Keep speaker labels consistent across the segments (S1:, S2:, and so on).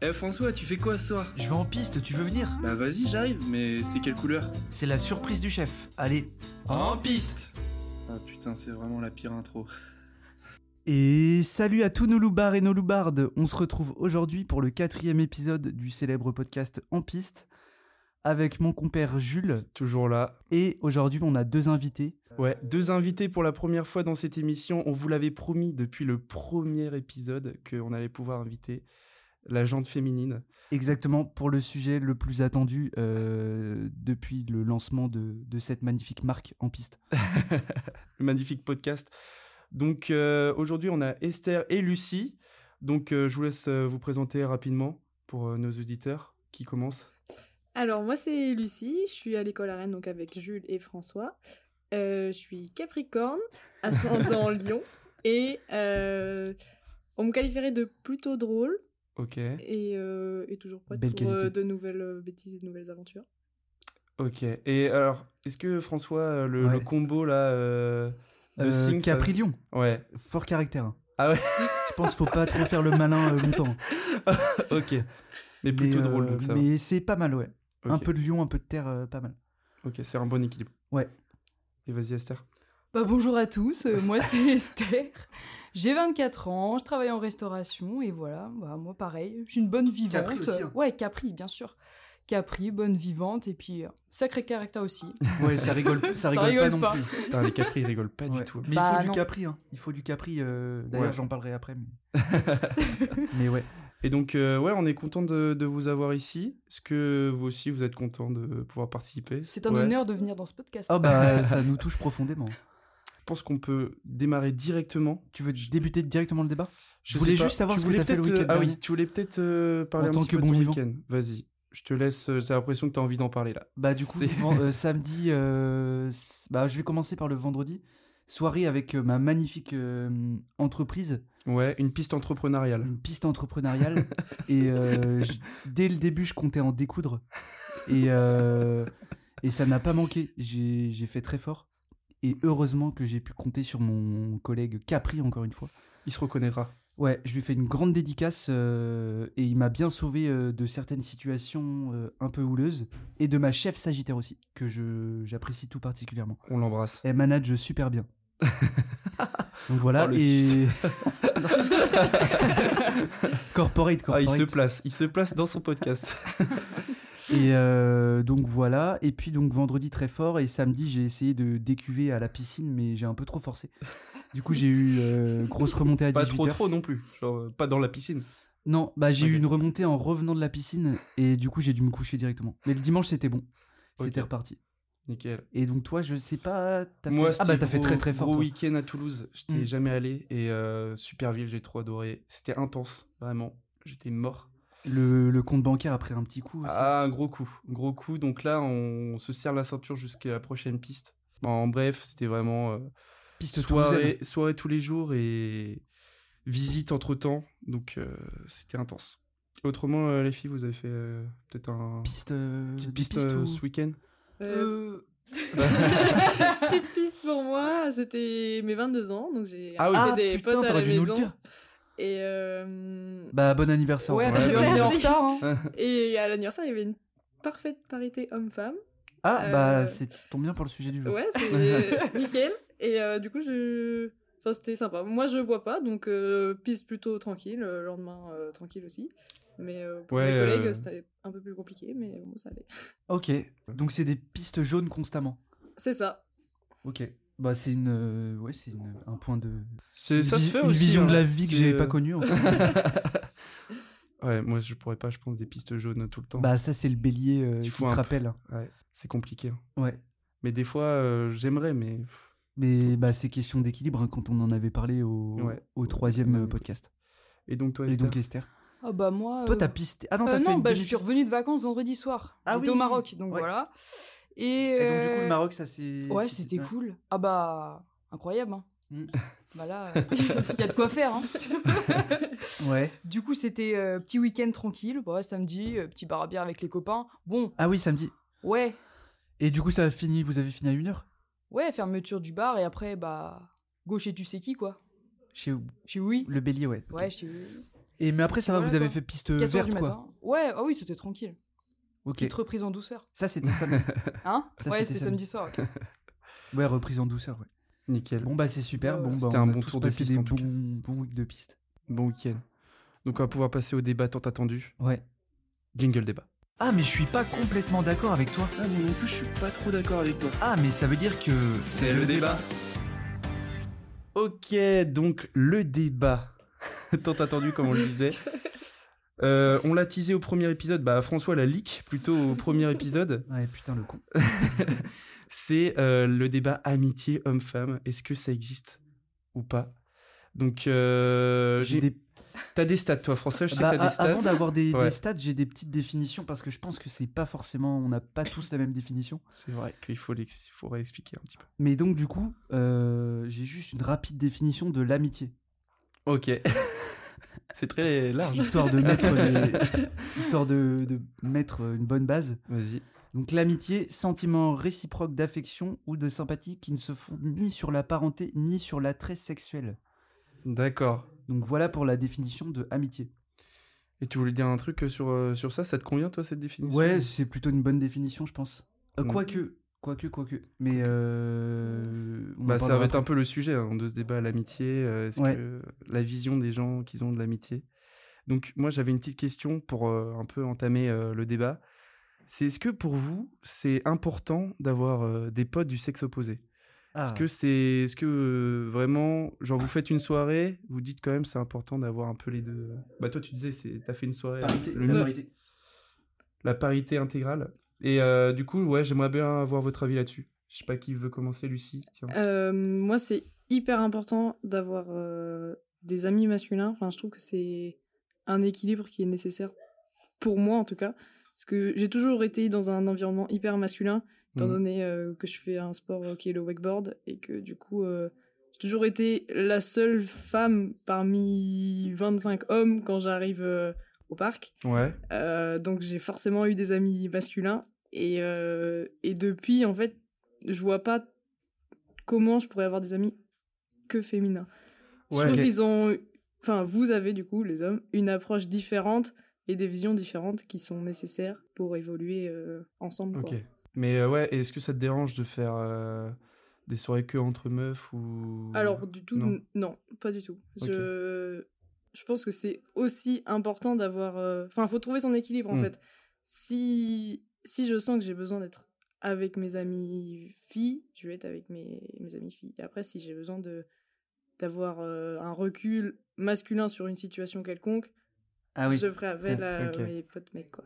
S1: Eh François, tu fais quoi ce soir
S2: Je vais en piste, tu veux venir
S1: Bah vas-y, j'arrive, mais c'est quelle couleur
S2: C'est la surprise du chef. Allez.
S1: piste Ah putain, c'est vraiment la pire intro.
S2: Et salut à tous nos loupards et nos loupardes. On se retrouve aujourd'hui pour le quatrième épisode du célèbre podcast En piste avec mon compère Jules.
S3: Toujours là.
S2: Et aujourd'hui, on a deux invités.
S3: Ouais, deux invités pour la première fois dans cette émission. On vous l'avait promis depuis le premier épisode qu'on allait pouvoir inviter la jante féminine.
S2: Exactement pour le sujet le plus attendu euh, depuis le lancement de, de cette magnifique marque En piste.
S3: le magnifique podcast. Donc euh, aujourd'hui, on a Esther et Lucie. Donc euh, je vous laisse euh, vous présenter rapidement pour euh, nos auditeurs. Qui commence
S4: Alors moi c'est Lucie, je suis à l'école à Rennes donc avec Jules et François. Euh, je suis Capricorne, ascendant Lion et euh, on me qualifierait de plutôt drôle
S3: Ok,
S4: et, euh, et toujours prête
S2: Belle
S4: pour euh,
S2: qualité.
S4: de nouvelles euh, bêtises et de nouvelles aventures.
S3: ok. Et alors, est-ce que François, euh, le,
S2: Ouais.
S3: le combo là, euh, de
S2: Euh,
S3: signes, ça-
S2: Capri Lyon,
S3: Ouais,
S2: fort caractère. hein.
S3: Ah ouais
S2: Je pense qu'il faut pas trop faire le malin euh, longtemps.
S3: ok. Mais plutôt
S2: Mais, euh,
S3: drôle, donc ça. va.
S2: Mais c'est pas mal, ouais. Un
S3: Ok.
S2: peu de lion, un peu de terre, euh, pas mal.
S3: Ok, c'est un bon équilibre.
S2: Ouais.
S3: Et vas-y Esther.
S5: Bah, bonjour à tous, euh, moi c'est Esther, j'ai 24 ans, je travaille en restauration et voilà, bah, moi pareil, j'ai une bonne vivante.
S2: Capri aussi, hein.
S5: Ouais, Capri, bien sûr. Capri, bonne vivante et puis euh, sacré caractère aussi.
S2: Ouais, ça rigole, ça
S5: Ça
S2: rigole, pas
S5: rigole
S2: non
S5: pas.
S2: plus.
S3: Putain, les Capri, ils rigolent pas
S2: Ouais.
S3: du tout.
S2: Mais il
S5: Bah,
S2: faut du
S5: non.
S2: Capri, hein. Il faut du Capri. euh, D'ailleurs,
S3: Ouais.
S2: j'en parlerai après. Mais, mais ouais.
S3: Et donc, euh, ouais, on est content de, de vous avoir ici. Est-ce que vous aussi, vous êtes content de pouvoir participer
S5: C'est un
S3: Ouais.
S5: honneur de venir dans ce podcast.
S2: Oh bah, ça nous touche profondément.
S3: Je pense qu'on peut démarrer directement.
S2: Tu veux débuter directement le débat Je
S3: sais
S2: voulais
S3: pas,
S2: juste savoir
S3: tu
S2: ce que
S3: voulais
S2: t'as fait le
S3: peut-être, euh,
S2: week-end
S3: Ah oui,
S2: dernier.
S3: tu voulais peut-être euh, parler
S2: En
S3: un
S2: tant
S3: petit
S2: que
S3: peu
S2: bon
S3: de ton
S2: vivant.
S3: week-end. Vas-y, je te laisse. euh, J'ai l'impression que t'as envie d'en parler là.
S2: Bah du coup,
S3: C'est-
S2: ven- euh, samedi, euh, s- bah je vais commencer par le vendredi. Soirée avec euh, ma magnifique euh, entreprise,
S3: Ouais, une piste entrepreneuriale.
S2: une piste entrepreneuriale. et euh, je- dès le début, je comptais en découdre. Et, euh, et ça n'a pas manqué. J'ai j'ai fait très fort. Et heureusement que j'ai pu compter sur mon collègue Capri, encore une fois.
S3: Il se reconnaîtra.
S2: Ouais, je lui fais une grande dédicace euh, et il m'a bien sauvé euh, de certaines situations euh, un peu houleuses et de ma chef Sagittaire aussi, que je j'apprécie tout particulièrement.
S3: On l'embrasse.
S2: Elle manage super bien. Donc voilà,
S3: Oh, le
S2: et. corporate, corporate.
S3: Ah, il se place. Il se place dans son podcast.
S2: Et euh, donc voilà, et puis donc vendredi très fort, et samedi j'ai essayé de décuver à la piscine, mais j'ai un peu trop forcé. Du coup j'ai eu euh, grosse remontée à 18h.
S3: pas trop trop non plus. Genre, euh, pas dans la piscine.
S2: Non, bah j'ai eu
S3: Ok.
S2: une remontée en revenant de la piscine et du coup j'ai dû me coucher directement. Mais le dimanche c'était bon, c'était
S3: Ok.
S2: reparti.
S3: Nickel.
S2: Et donc toi, je sais pas, t'as
S3: Moi,
S2: fait... ah bah
S3: c'était
S2: t'as fait
S3: gros-
S2: très très fort.
S3: Gros
S2: toi.
S3: week-end à Toulouse, j'étais
S2: Mm.
S3: jamais allé et euh, super ville, j'ai trop adoré. C'était intense, vraiment. J'étais mort.
S2: Le, le compte bancaire après un petit coup. aussi.
S3: Ah, un gros coup, gros coup. Donc là, on se serre la ceinture jusqu'à la prochaine piste. Bon, en bref, c'était vraiment euh,
S2: Piste toulousaine.
S3: soirée, soirée tous les jours et visite entre temps. Donc euh, c'était intense. Autrement, euh, les filles, vous avez fait euh, peut-être un
S2: Piste, euh,
S3: petite
S2: des
S3: piste,
S2: pistes
S3: euh,
S2: ou-
S3: ce week-end.
S4: Euh,
S5: Euh,
S4: petite piste pour moi, c'était mes 22 ans donc j'ai
S3: Ah oui.
S4: invité
S2: Ah
S4: des
S2: putain,
S4: potes à la
S2: t'aurais dû nous le
S4: maison
S2: dire.
S4: et euh,
S2: Bah bon anniversaire. bah,
S5: ouais,
S2: en
S5: t'as
S2: vrai.
S5: dû rester en
S4: Merci.
S5: retard. hein.
S4: et à l'anniversaire il y avait une parfaite parité homme-femme.
S2: Ah bah
S4: Euh,
S2: c'est tombe bien pour le sujet du jour.
S4: Ouais, c'est nickel. Et euh, du coup, je... Enfin, c'était sympa. Moi, je bois pas, donc euh, piste plutôt tranquille. euh, lendemain, euh, tranquille aussi. Mais euh, pour
S3: Ouais,
S4: mes collègues,
S3: euh,
S4: c'était un peu plus compliqué, mais bon, ça allait.
S2: Ok, donc c'est des pistes jaunes constamment.
S4: C'est ça.
S2: Ok. Bah c'est une, euh, ouais c'est une- un point de.
S3: C'est-
S2: une
S3: Ça se
S2: vis-
S3: fait
S2: une
S3: aussi.
S2: vision
S3: hein.
S2: de la vie que
S3: C'est,
S2: j'ai
S3: euh,
S2: pas connue. en fait.
S3: Ouais, moi je pourrais pas, je pense, des pistes jaunes tout le temps.
S2: bah ça c'est le bélier euh,
S3: Il
S2: qui te
S3: faut un peu.
S2: rappelle. hein.
S3: Ouais, c'est compliqué. hein.
S2: Ouais.
S3: Mais des fois, euh, j'aimerais, mais pff,
S2: Mais bah, c'est question d'équilibre hein, quand on en avait parlé au,
S3: Ouais.
S2: au troisième euh, podcast.
S3: Et donc toi,
S2: Et
S3: Esther
S2: donc Esther.
S5: Ah bah moi.
S2: Toi
S5: euh,
S2: t'as pisté. Ah non,
S5: euh,
S2: t'as fait
S5: non,
S2: une
S5: bah, je suis
S2: demi-piste.
S5: revenue de vacances vendredi soir.
S2: Ah
S5: J'étais au
S2: oui.
S5: Maroc, donc
S2: Ouais.
S5: voilà. Et,
S2: Et donc du coup le
S5: euh,
S2: Maroc ça c'est.
S5: Ouais, c'était cool. Ah bah, incroyable. Hein.
S2: Mm.
S5: bah là, il y a de quoi faire. Hein.
S2: Ouais.
S5: Du coup, c'était euh, petit week-end tranquille. Bah, samedi, euh, petit bar à bière avec les copains. Bon,
S2: Ah oui samedi.
S5: ouais,
S2: Et du coup ça a fini. Vous avez fini à une heure
S5: ouais, fermeture du bar et après, bah, gauche et tu sais qui, quoi.
S2: chez
S5: Chez Oui.
S2: le Bélier ouais. ok.
S5: Ouais, chez Oui.
S2: Et mais après, ça va,
S5: Voilà,
S2: vous avez
S5: quoi.
S2: fait piste
S5: 4 heures
S2: verte,
S5: du
S2: quoi.
S5: matin. Ouais, ah oui, c'était tranquille.
S2: Ok.
S5: Petite reprise en douceur.
S2: Ça, c'était samedi.
S5: Hein
S2: Ça,
S5: Ouais,
S2: c'était
S5: c'était samedi soir. ok.
S2: Ouais, reprise en douceur, ouais.
S3: Nickel.
S2: Bon, bah, c'est super.
S5: Ouais,
S2: Bon,
S5: ouais.
S2: bah,
S3: C'était
S2: on
S3: un
S2: a
S3: bon
S2: tous
S3: tour de
S2: passé
S3: piste,
S2: des
S3: en tout cas.
S2: bons, bons week de piste.
S3: Bon week-end. Donc on va pouvoir passer au débat tant attendu.
S2: Ouais.
S3: Jingle débat.
S2: Ah, mais je suis pas complètement d'accord avec toi.
S1: Ah, moi non plus, je suis pas trop d'accord avec toi.
S2: Ah, mais ça veut dire que.
S1: C'est le débat.
S3: Ok, donc le débat. Tant attendu, comme on le disait. Euh, on l'a teasé au premier épisode, bah François la leak plutôt au premier épisode.
S2: Ouais, putain, le con.
S3: C'est euh, le débat amitié homme-femme. Est-ce que ça existe ou pas Donc, euh,
S2: J'ai
S3: j'ai-
S2: des...
S3: t'as des stats, toi, François, je sais
S2: Bah,
S3: que t'as
S2: a-
S3: des stats.
S2: Avant d'avoir des, des
S3: Ouais.
S2: stats, j'ai des petites définitions parce que je pense que c'est pas forcément. On n'a pas tous la même définition.
S3: C'est vrai qu'il faut, l'ex- il faut réexpliquer un petit peu.
S2: Mais donc, du coup, euh, j'ai juste une rapide définition de l'amitié.
S3: Ok. C'est très large.
S2: Histoire de mettre, les- histoire de- de mettre une bonne base.
S3: Vas-y.
S2: Donc l'amitié, sentiment réciproque d'affection ou de sympathie qui ne se font ni sur la parenté ni sur l'attrait sexuel.
S3: D'accord.
S2: Donc voilà pour la définition de amitié.
S3: Et tu voulais dire un truc euh, sur, euh, sur ça Ça te convient, toi, cette définition
S2: Ouais, c'est plutôt une bonne définition, je pense. Euh,
S3: Ouais.
S2: Quoique, quoique, quoique. Mais euh, on en
S3: Bah, ça
S2: parlera
S3: va être un peu
S2: après.
S3: le sujet hein, de ce débat, l'amitié, euh, est-ce
S2: Ouais.
S3: que la vision des gens qu'ils ont de l'amitié. Donc moi j'avais une petite question pour euh, un peu entamer euh, le débat. C'est est-ce que pour vous c'est important d'avoir euh, des potes du sexe opposé Est-ce
S2: Ah.
S3: que c'est est-ce que euh, vraiment genre vous faites une soirée, vous dites quand même c'est important d'avoir un peu les deux. Bah toi tu disais c'est t'as fait une soirée
S2: Parité,
S3: le
S2: la
S3: mix,
S2: parité.
S3: la parité intégrale. Et euh, du coup ouais j'aimerais bien avoir votre avis là-dessus. Je sais pas qui veut commencer Lucie. Tiens.
S4: Euh, moi, c'est hyper important d'avoir euh, des amis masculins. Enfin, je trouve que c'est un équilibre qui est nécessaire pour moi, en tout cas. Parce que j'ai toujours été dans un environnement hyper masculin, étant
S3: Mhm.
S4: donné euh, que je fais un sport euh, qui est le wakeboard et que du coup, euh, j'ai toujours été la seule femme parmi 25 hommes quand j'arrive euh, au parc.
S3: Ouais.
S4: Euh, donc j'ai forcément eu des amis masculins et, euh, et depuis en fait je vois pas comment je pourrais avoir des amis que féminins.
S3: Ouais,
S4: je trouve
S3: ok.
S4: qu'ils ont, enfin vous avez du coup les hommes une approche différente et des visions différentes qui sont nécessaires pour évoluer euh, ensemble.
S3: Ok.
S4: Quoi.
S3: Mais euh, ouais, est-ce que ça te dérange de faire euh, des soirées que entre meufs ou euh,
S4: Alors du tout,
S3: Non.
S4: n- non, pas du tout. Je, je pense que c'est aussi important d'avoir. euh, Enfin, faut trouver son équilibre en
S3: Mm.
S4: fait. Si si je sens que j'ai besoin d'être avec mes amis filles, je vais être avec mes mes amis filles. Et après, si j'ai besoin de d'avoir euh, un recul masculin sur une situation quelconque,
S2: Ah oui.
S4: je ferai appel à
S3: ok.
S4: mes potes mecs quoi.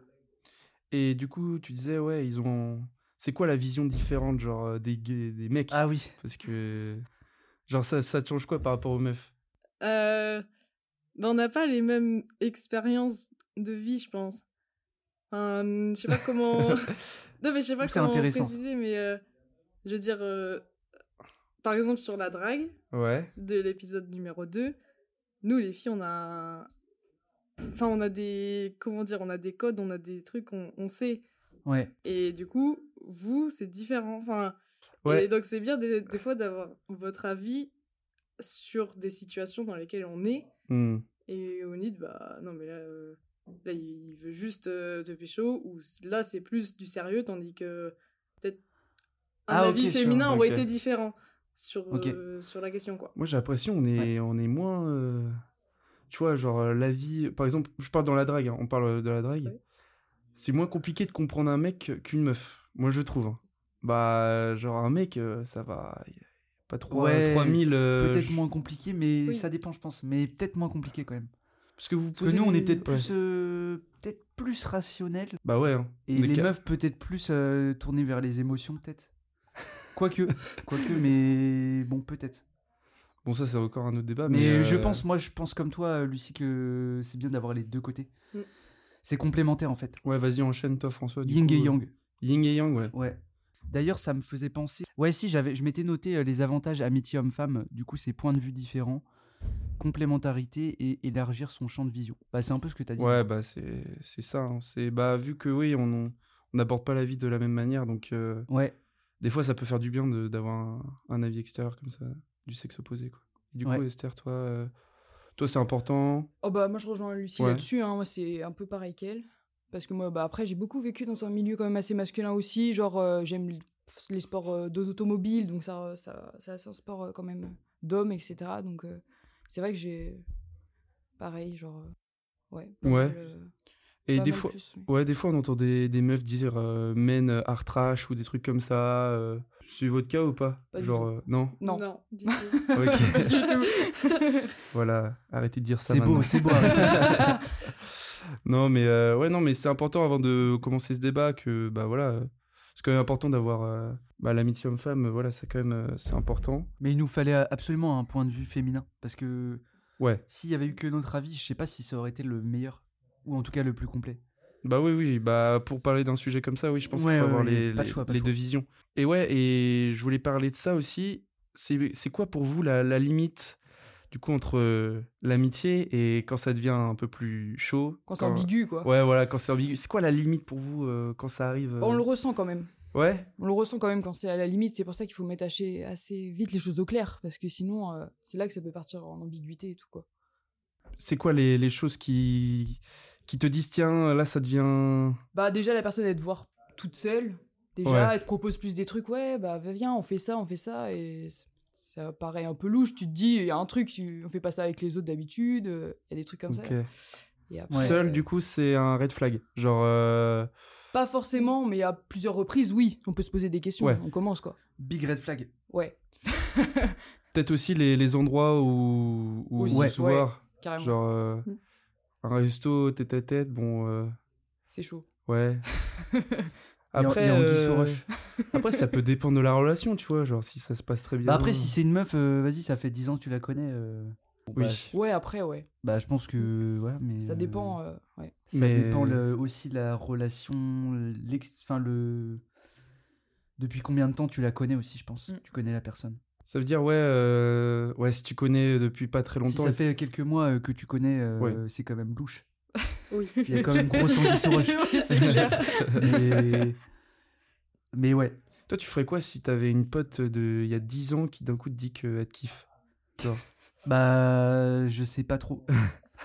S3: Et du coup, tu disais ouais, ils ont. C'est quoi la vision différente genre euh, des gays, des mecs
S2: Ah oui.
S3: Parce que genre ça, ça te change quoi par rapport aux meufs
S4: Euh, ben, on n'a pas les mêmes expériences de vie, je pense. Enfin, je sais pas comment. non, mais je sais pas
S2: C'est
S4: comment
S2: intéressant.
S4: préciser, mais euh, je veux dire, euh, par exemple, sur la drague
S3: Ouais.
S4: de l'épisode numéro 2, nous, les filles, on a. un- Enfin, on a des. Comment dire On a des codes, on a des trucs, on, on sait.
S2: Ouais.
S4: Et du coup, vous, c'est différent. Enfin,
S3: Ouais.
S4: et donc, c'est bien des, des fois d'avoir votre avis sur des situations dans lesquelles on est.
S3: Hmm.
S4: Et Onid, bah non, mais là, euh, là il veut juste euh, te pécho, ou c- là, c'est plus du sérieux, tandis que peut-être un
S2: Ah, ok,
S4: avis
S2: sur-
S4: féminin aurait
S3: ok.
S4: été différent sur,
S2: Ok.
S4: euh, sur la question, quoi.
S3: Moi, j'ai l'impression on est on est moins. euh, Tu vois, genre euh, la vie. Par exemple, je parle dans la drague. hein, On parle euh, de la drague.
S4: Ouais.
S3: C'est moins compliqué de comprendre un mec qu'une meuf. Moi, je trouve. hein. Bah, genre un mec, euh, ça va. y a Pas trop.
S2: Ouais,
S3: 3000.
S2: c'est
S3: euh,
S2: Peut-être
S3: je-
S2: moins compliqué, mais
S4: Oui.
S2: ça dépend, je pense. Mais peut-être moins compliqué quand même.
S3: Parce que vous
S2: Parce
S3: posez
S2: que nous, on est
S3: des-
S2: peut-être
S3: Ouais.
S2: plus, euh, peut-être plus rationnel.
S3: Bah ouais. hein.
S2: Et
S3: On est
S2: les
S3: ca-
S2: meufs peut-être plus euh, tournées vers les émotions, peut-être. Quoique, quoique, mais bon, peut-être.
S3: Bon, ça, c'est encore un autre débat. Mais,
S2: mais je
S3: euh,
S2: pense, moi, je pense comme toi, Lucie, que c'est bien d'avoir les deux côtés.
S4: Mm.
S2: C'est complémentaire, en fait.
S3: Ouais, vas-y, enchaîne, toi, François. du
S2: Yin
S3: coup,
S2: et
S3: euh,
S2: Yang,
S3: Yin et Yang, ouais.
S2: ouais. D'ailleurs, ça me faisait penser. Ouais, si, j'avais, je m'étais noté euh, les avantages amitié homme-femme. Du coup, c'est points de vue différents, complémentarité et élargir son champ de vision. Bah, c'est un peu ce que tu as dit.
S3: Ouais, bah, c'est c'est ça. hein. C'est bah, vu que oui, on on n'aborde pas la vie de la même manière, donc. euh,
S2: ouais.
S3: Des fois, ça peut faire du bien de- d'avoir un, un avis extérieur comme ça, du sexe opposé. Quoi. Et du
S2: Ouais.
S3: coup, Esther, toi, euh, Toi, c'est important.
S5: Oh bah moi je rejoins Lucie
S3: Ouais.
S5: là-dessus, hein. moi c'est un peu pareil qu'elle. Parce que moi bah après j'ai beaucoup vécu dans un milieu quand même assez masculin aussi, genre euh, j'aime l- les sports euh, d'automobile, donc ça, euh, ça, ça c'est un sport euh, quand même d'hommes, etc. Donc euh, c'est vrai que j'ai... Pareil, genre... euh, ouais. pas
S3: Ouais.
S5: mal, euh,
S3: Et
S5: pas
S3: des
S5: mal
S3: fois,
S5: plus, mais-
S3: ouais, des fois, on entend des, des meufs dire euh, men euh, are trash ou des trucs comme ça. euh. C'est votre cas ou pas,
S5: Pas du
S3: Genre,
S5: tout.
S3: euh, non.
S5: Non.
S4: du tout.
S3: Ok.
S5: du tout.
S3: voilà, arrêtez de dire ça.
S2: C'est beau,
S3: maintenant.
S2: c'est beau.
S3: Non, mais euh, ouais, non, mais c'est important avant de commencer ce débat que bah voilà, euh, c'est quand même important d'avoir euh, bah, l'amitié homme-femme. euh, Voilà, c'est quand même euh, c'est important.
S2: Mais il nous fallait euh, absolument un point de vue féminin. Parce que
S3: Ouais.
S2: s'il y avait eu que notre avis, je sais pas si ça aurait été le meilleur. Ou en tout cas le plus complet.
S3: Bah oui, oui. Bah pour parler d'un sujet comme ça, oui, je pense
S2: Ouais,
S3: qu'il faut
S2: ouais,
S3: avoir
S2: ouais,
S3: les,
S2: pas de
S3: les-
S2: choix, pas de
S3: les
S2: choix.
S3: deux visions. Et ouais, et je voulais parler de ça aussi. C'est c'est quoi pour vous la, la limite du coup entre euh, l'amitié et quand ça devient un peu plus chaud
S5: Quand c'est ambigu quoi.
S3: Ouais, voilà, quand c'est ambigu. C'est quoi la limite pour vous euh, quand ça arrive euh,
S5: Bah, On le ressent quand même.
S3: Ouais.
S5: On le ressent quand même quand c'est à la limite. C'est pour ça qu'il faut mettre assez, assez vite les choses au clair. Parce que sinon, euh, c'est là que ça peut partir en ambiguïté et tout. quoi.
S3: C'est quoi les, les choses qui, qui te disent, tiens, là, ça devient...
S5: Bah, déjà, la personne, elle te voir toute seule. Déjà,
S3: Ouais.
S5: elle te propose plus des trucs. Ouais, bah, viens, on fait ça, on fait ça. Et c- ça paraît un peu louche. Tu te dis, il y a un truc, tu- on fait pas ça avec les autres d'habitude. euh, Il y a des trucs comme
S3: Ok.
S5: ça. Et après,
S3: Seul,
S5: euh,
S3: du coup, c'est un red flag. Genre, euh,
S5: Pas forcément, mais à plusieurs reprises, oui. On peut se poser des questions.
S3: Ouais.
S5: On commence, quoi.
S2: Big red flag.
S5: Ouais,
S3: peut-être aussi les, les endroits où, où
S5: Aussi,
S3: on
S5: ouais.
S3: se voir.
S5: carrément.
S3: Genre, euh,
S4: Mm.
S3: un resto, tête à tête, bon, euh,
S5: C'est chaud.
S3: ouais.
S2: Il y a-
S3: Après,
S2: il y a anguille
S3: euh,
S2: sous roche.
S3: après, ça peut dépendre de la relation, tu vois. Genre, si ça se passe très bien.
S2: Bah après, si c'est une meuf, euh, vas-y, ça fait 10 ans que tu la connais. euh, bon,
S3: Oui.
S2: bah,
S5: Ouais, après, ouais.
S2: Bah, je pense que. Ouais, mais,
S5: Ça
S2: euh,
S5: dépend.
S3: Hmm.
S5: euh, ouais.
S2: Ça
S3: Mais-
S2: dépend le- aussi de la relation. l'ex- Enfin, le. Depuis combien de temps tu la connais aussi, je pense.
S5: Mm.
S2: Tu connais la personne.
S3: Ça veut dire, ouais, euh, ouais, si tu connais depuis pas très
S2: Si
S3: longtemps.
S2: ça fait quelques mois euh, que tu connais, euh,
S3: Ouais.
S2: c'est quand même louche.
S4: Oui.
S2: Il y a quand même gros sanguille sous roche.
S5: Oui, c'est clair.
S2: Mais... mais ouais.
S3: Toi, tu ferais quoi si t'avais une pote de il y a 10 ans qui d'un coup te dit qu'elle te kiffe
S2: Bah, je sais pas trop.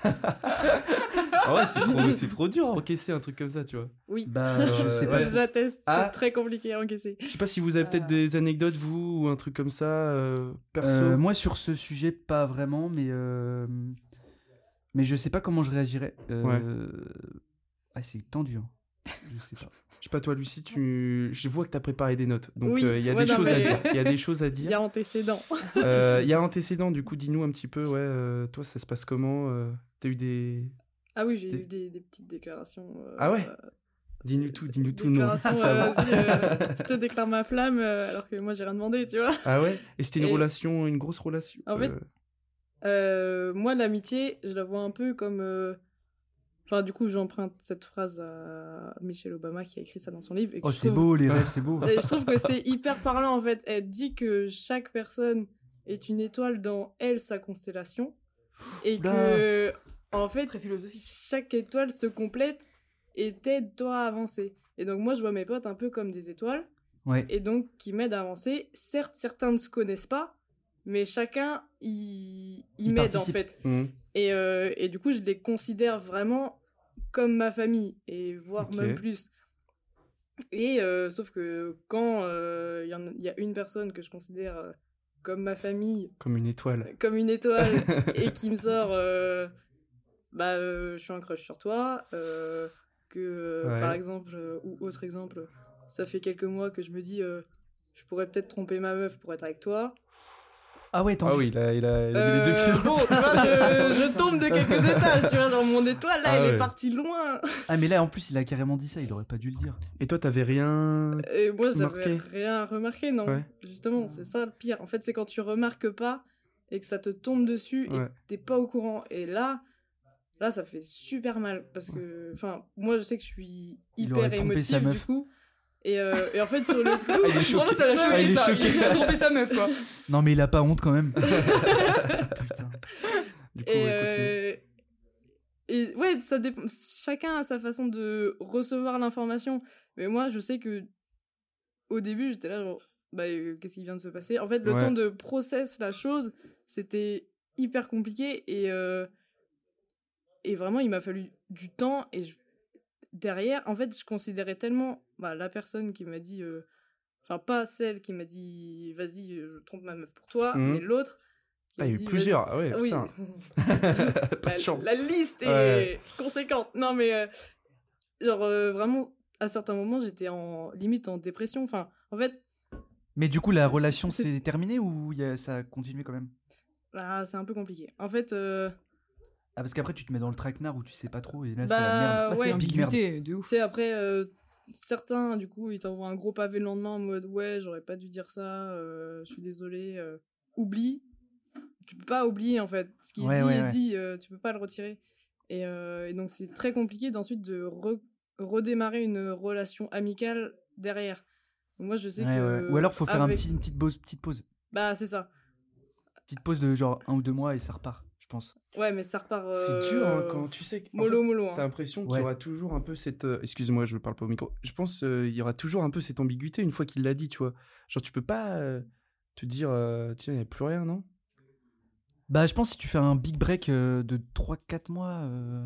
S3: Ah ouais, c'est trop, c'est trop dur à
S2: hein.
S3: encaisser un truc comme ça, tu vois.
S4: Oui.
S2: Bah, je sais pas.
S3: Ouais.
S4: J'atteste,
S3: Ah.
S4: c'est très compliqué à encaisser.
S3: Je sais pas si vous avez peut-être
S5: Euh.
S3: des anecdotes, vous, ou un truc comme ça, euh, perso.
S2: Euh, moi, sur ce sujet, pas vraiment, mais, euh, mais je sais pas comment je réagirais. Euh, ah, c'est tendu. hein. Je sais pas.
S3: Je sais pas, toi, Lucie, tu... je vois que t'as préparé des notes. Donc, euh,
S4: Oui,
S3: il y a
S4: ouais,
S3: des
S4: non,
S3: choses à
S4: mais-
S3: dire. Il y a des choses à
S4: Il y
S3: dire.
S4: a antécédent.
S3: Euh, Il y a antécédent, du coup, dis-nous un petit peu, ouais, euh, toi, ça se passe comment euh, T'as eu des.
S4: Ah oui, j'ai
S3: Des-
S4: eu des, des petites déclarations. euh,
S3: Ah ouais
S4: euh,
S3: Dis-nous tout, dis-nous tout, nous, on veut tout
S4: déclarations, euh,
S3: savoir.
S4: vas-y, euh, je te déclare ma flamme euh, alors que moi j'ai rien demandé, tu vois.
S3: Ah ouais Et c'était une
S4: Et-
S3: relation, une grosse relation
S4: En fait,
S3: euh,
S4: Euh, moi, l'amitié, je la vois un peu comme. euh, Enfin, du coup, j'emprunte cette phrase à Michelle Obama qui a écrit ça dans son livre. Et que
S2: Oh,
S4: je
S2: c'est
S4: trouve-
S2: beau, les rêves, c'est beau.
S4: Et je trouve que c'est hyper parlant en fait. Elle dit que chaque personne est une étoile dans elle, sa constellation. Et
S2: Oula.
S4: que, en fait,
S5: Très philosophique.
S4: chaque étoile se complète et t'aide toi à avancer. Et donc, moi, je vois mes potes un peu comme des étoiles
S2: Ouais.
S4: et donc qui m'aident à avancer. Certes, certains ne se connaissent pas, mais chacun, il, il
S2: Il
S4: m'aide en
S2: participe.
S4: fait.
S3: hum.
S4: Et, euh, et du coup, je les considère vraiment comme ma famille, et voire
S3: Ok.
S4: même plus. Et euh, sauf que quand euh, il y en a- il y, a une personne que je considère euh, comme ma famille,
S3: Comme une étoile.
S4: comme une étoile, et qui me sort, euh, bah, euh, je suis un crush sur toi, euh, que euh,
S3: Ouais.
S4: par exemple, euh, ou autre exemple, ça fait quelques mois que je me dis, euh, je pourrais peut-être tromper ma meuf pour être avec toi.
S2: Ah ouais, tendu.
S3: Ah oui, il a, il a, il a mis les deux
S4: Euh,
S3: pieds dans le-
S4: bon, tu vois, je, je tombe de quelques étages, tu vois, genre mon étoile, là,
S3: Ah
S4: elle
S3: ouais.
S4: est partie loin.
S2: Ah, mais là, en plus, il a carrément dit ça, il aurait pas dû le dire.
S3: Et toi, t'avais rien.
S4: Et moi, j'avais
S3: Remarqué.
S4: rien remarqué, non.
S3: Ouais.
S4: Justement, c'est ça le pire. En fait, c'est quand tu remarques pas et que ça te tombe dessus et
S3: Ouais.
S4: que t'es pas au courant. Et là, là, ça fait super mal parce que, enfin, moi, je sais que je suis
S2: Il
S4: hyper
S2: aurait trompé sa
S4: émotive du
S2: meuf.
S4: coup. Et, euh, et en fait, sur le coup,
S3: il est
S5: Je pense que ça l'a choqué,
S3: Ah, il est
S5: ça.
S3: choqué.
S5: Il a trompé sa meuf, quoi.
S2: Non, mais il a pas honte quand même. Putain.
S3: Du coup,
S4: Et,
S3: ouais, continue.
S4: euh, et ouais, ça dépend. Chacun a sa façon de recevoir l'information. Mais moi, je sais que au début, j'étais là genre, bah, euh, qu'est-ce qui vient de se passer En fait, le
S3: Ouais.
S4: temps de process la chose, c'était hyper compliqué et, euh, et vraiment, il m'a fallu du temps. Et je- derrière, en fait, je considérais tellement bah, la personne qui m'a dit, euh, enfin, pas celle qui m'a dit, vas-y, euh, je trompe ma meuf pour toi,
S3: Mhm.
S4: mais l'autre.
S3: Ah,
S4: qui m'a
S3: il y a
S4: dit,
S3: eu
S4: vas-y.
S3: plusieurs. Ah ouais,
S4: Oui,
S3: putain. Pas
S4: la,
S3: de chance.
S4: la liste est
S3: Ouais.
S4: conséquente. Non, mais euh, genre euh, vraiment, à certains moments, j'étais en limite en dépression. Enfin, en fait,
S2: Mais du coup, la
S4: C'est-
S2: relation
S4: c'est-
S2: s'est terminée ou il y a- ça a continué quand même
S4: bah, c'est un peu compliqué. En fait, euh,
S2: Ah, parce qu'après, tu te mets dans le traquenard où tu sais pas trop et là, c'est la merde.
S4: bah,
S5: Bah,
S4: ouais,
S5: c'est
S2: Big merde.
S5: l'ambiguïté, de
S4: tu
S5: ouf.
S4: sais, après, euh, certains, du coup, ils t'envoient un gros pavé le lendemain en mode ouais, j'aurais pas dû dire ça, euh, je suis désolé, euh, oublie. Tu peux pas oublier en fait. Ce qui
S2: Ouais,
S4: est dit
S2: ouais,
S4: est
S2: ouais.
S4: dit, euh, tu peux pas le retirer. Et, euh, et donc, c'est très compliqué d'ensuite de re- redémarrer une relation amicale derrière. Donc moi, je sais
S2: Ouais,
S4: que.
S2: ouais. Ou alors, faut faire
S4: avec-
S2: un petit, une petite pause, petite pause.
S4: Bah, c'est ça.
S2: Petite pause de genre un ou deux mois et ça repart, je pense.
S4: Ouais, mais ça repart.
S3: C'est
S4: euh,
S3: dur hein, quand tu sais. que- en
S4: Mollo, mollo. hein.
S3: fait, T'as l'impression qu'il
S2: Ouais.
S3: y aura toujours un peu cette. euh, Excuse-moi, je parle pas au micro. Je pense euh, il y aura toujours un peu cette ambiguïté une fois qu'il l'a dit, tu vois. Genre, tu peux pas euh, te dire, euh, tiens, il n'y a plus rien, non
S2: Bah, je pense que si tu fais un big break euh, de 3-4 mois, euh,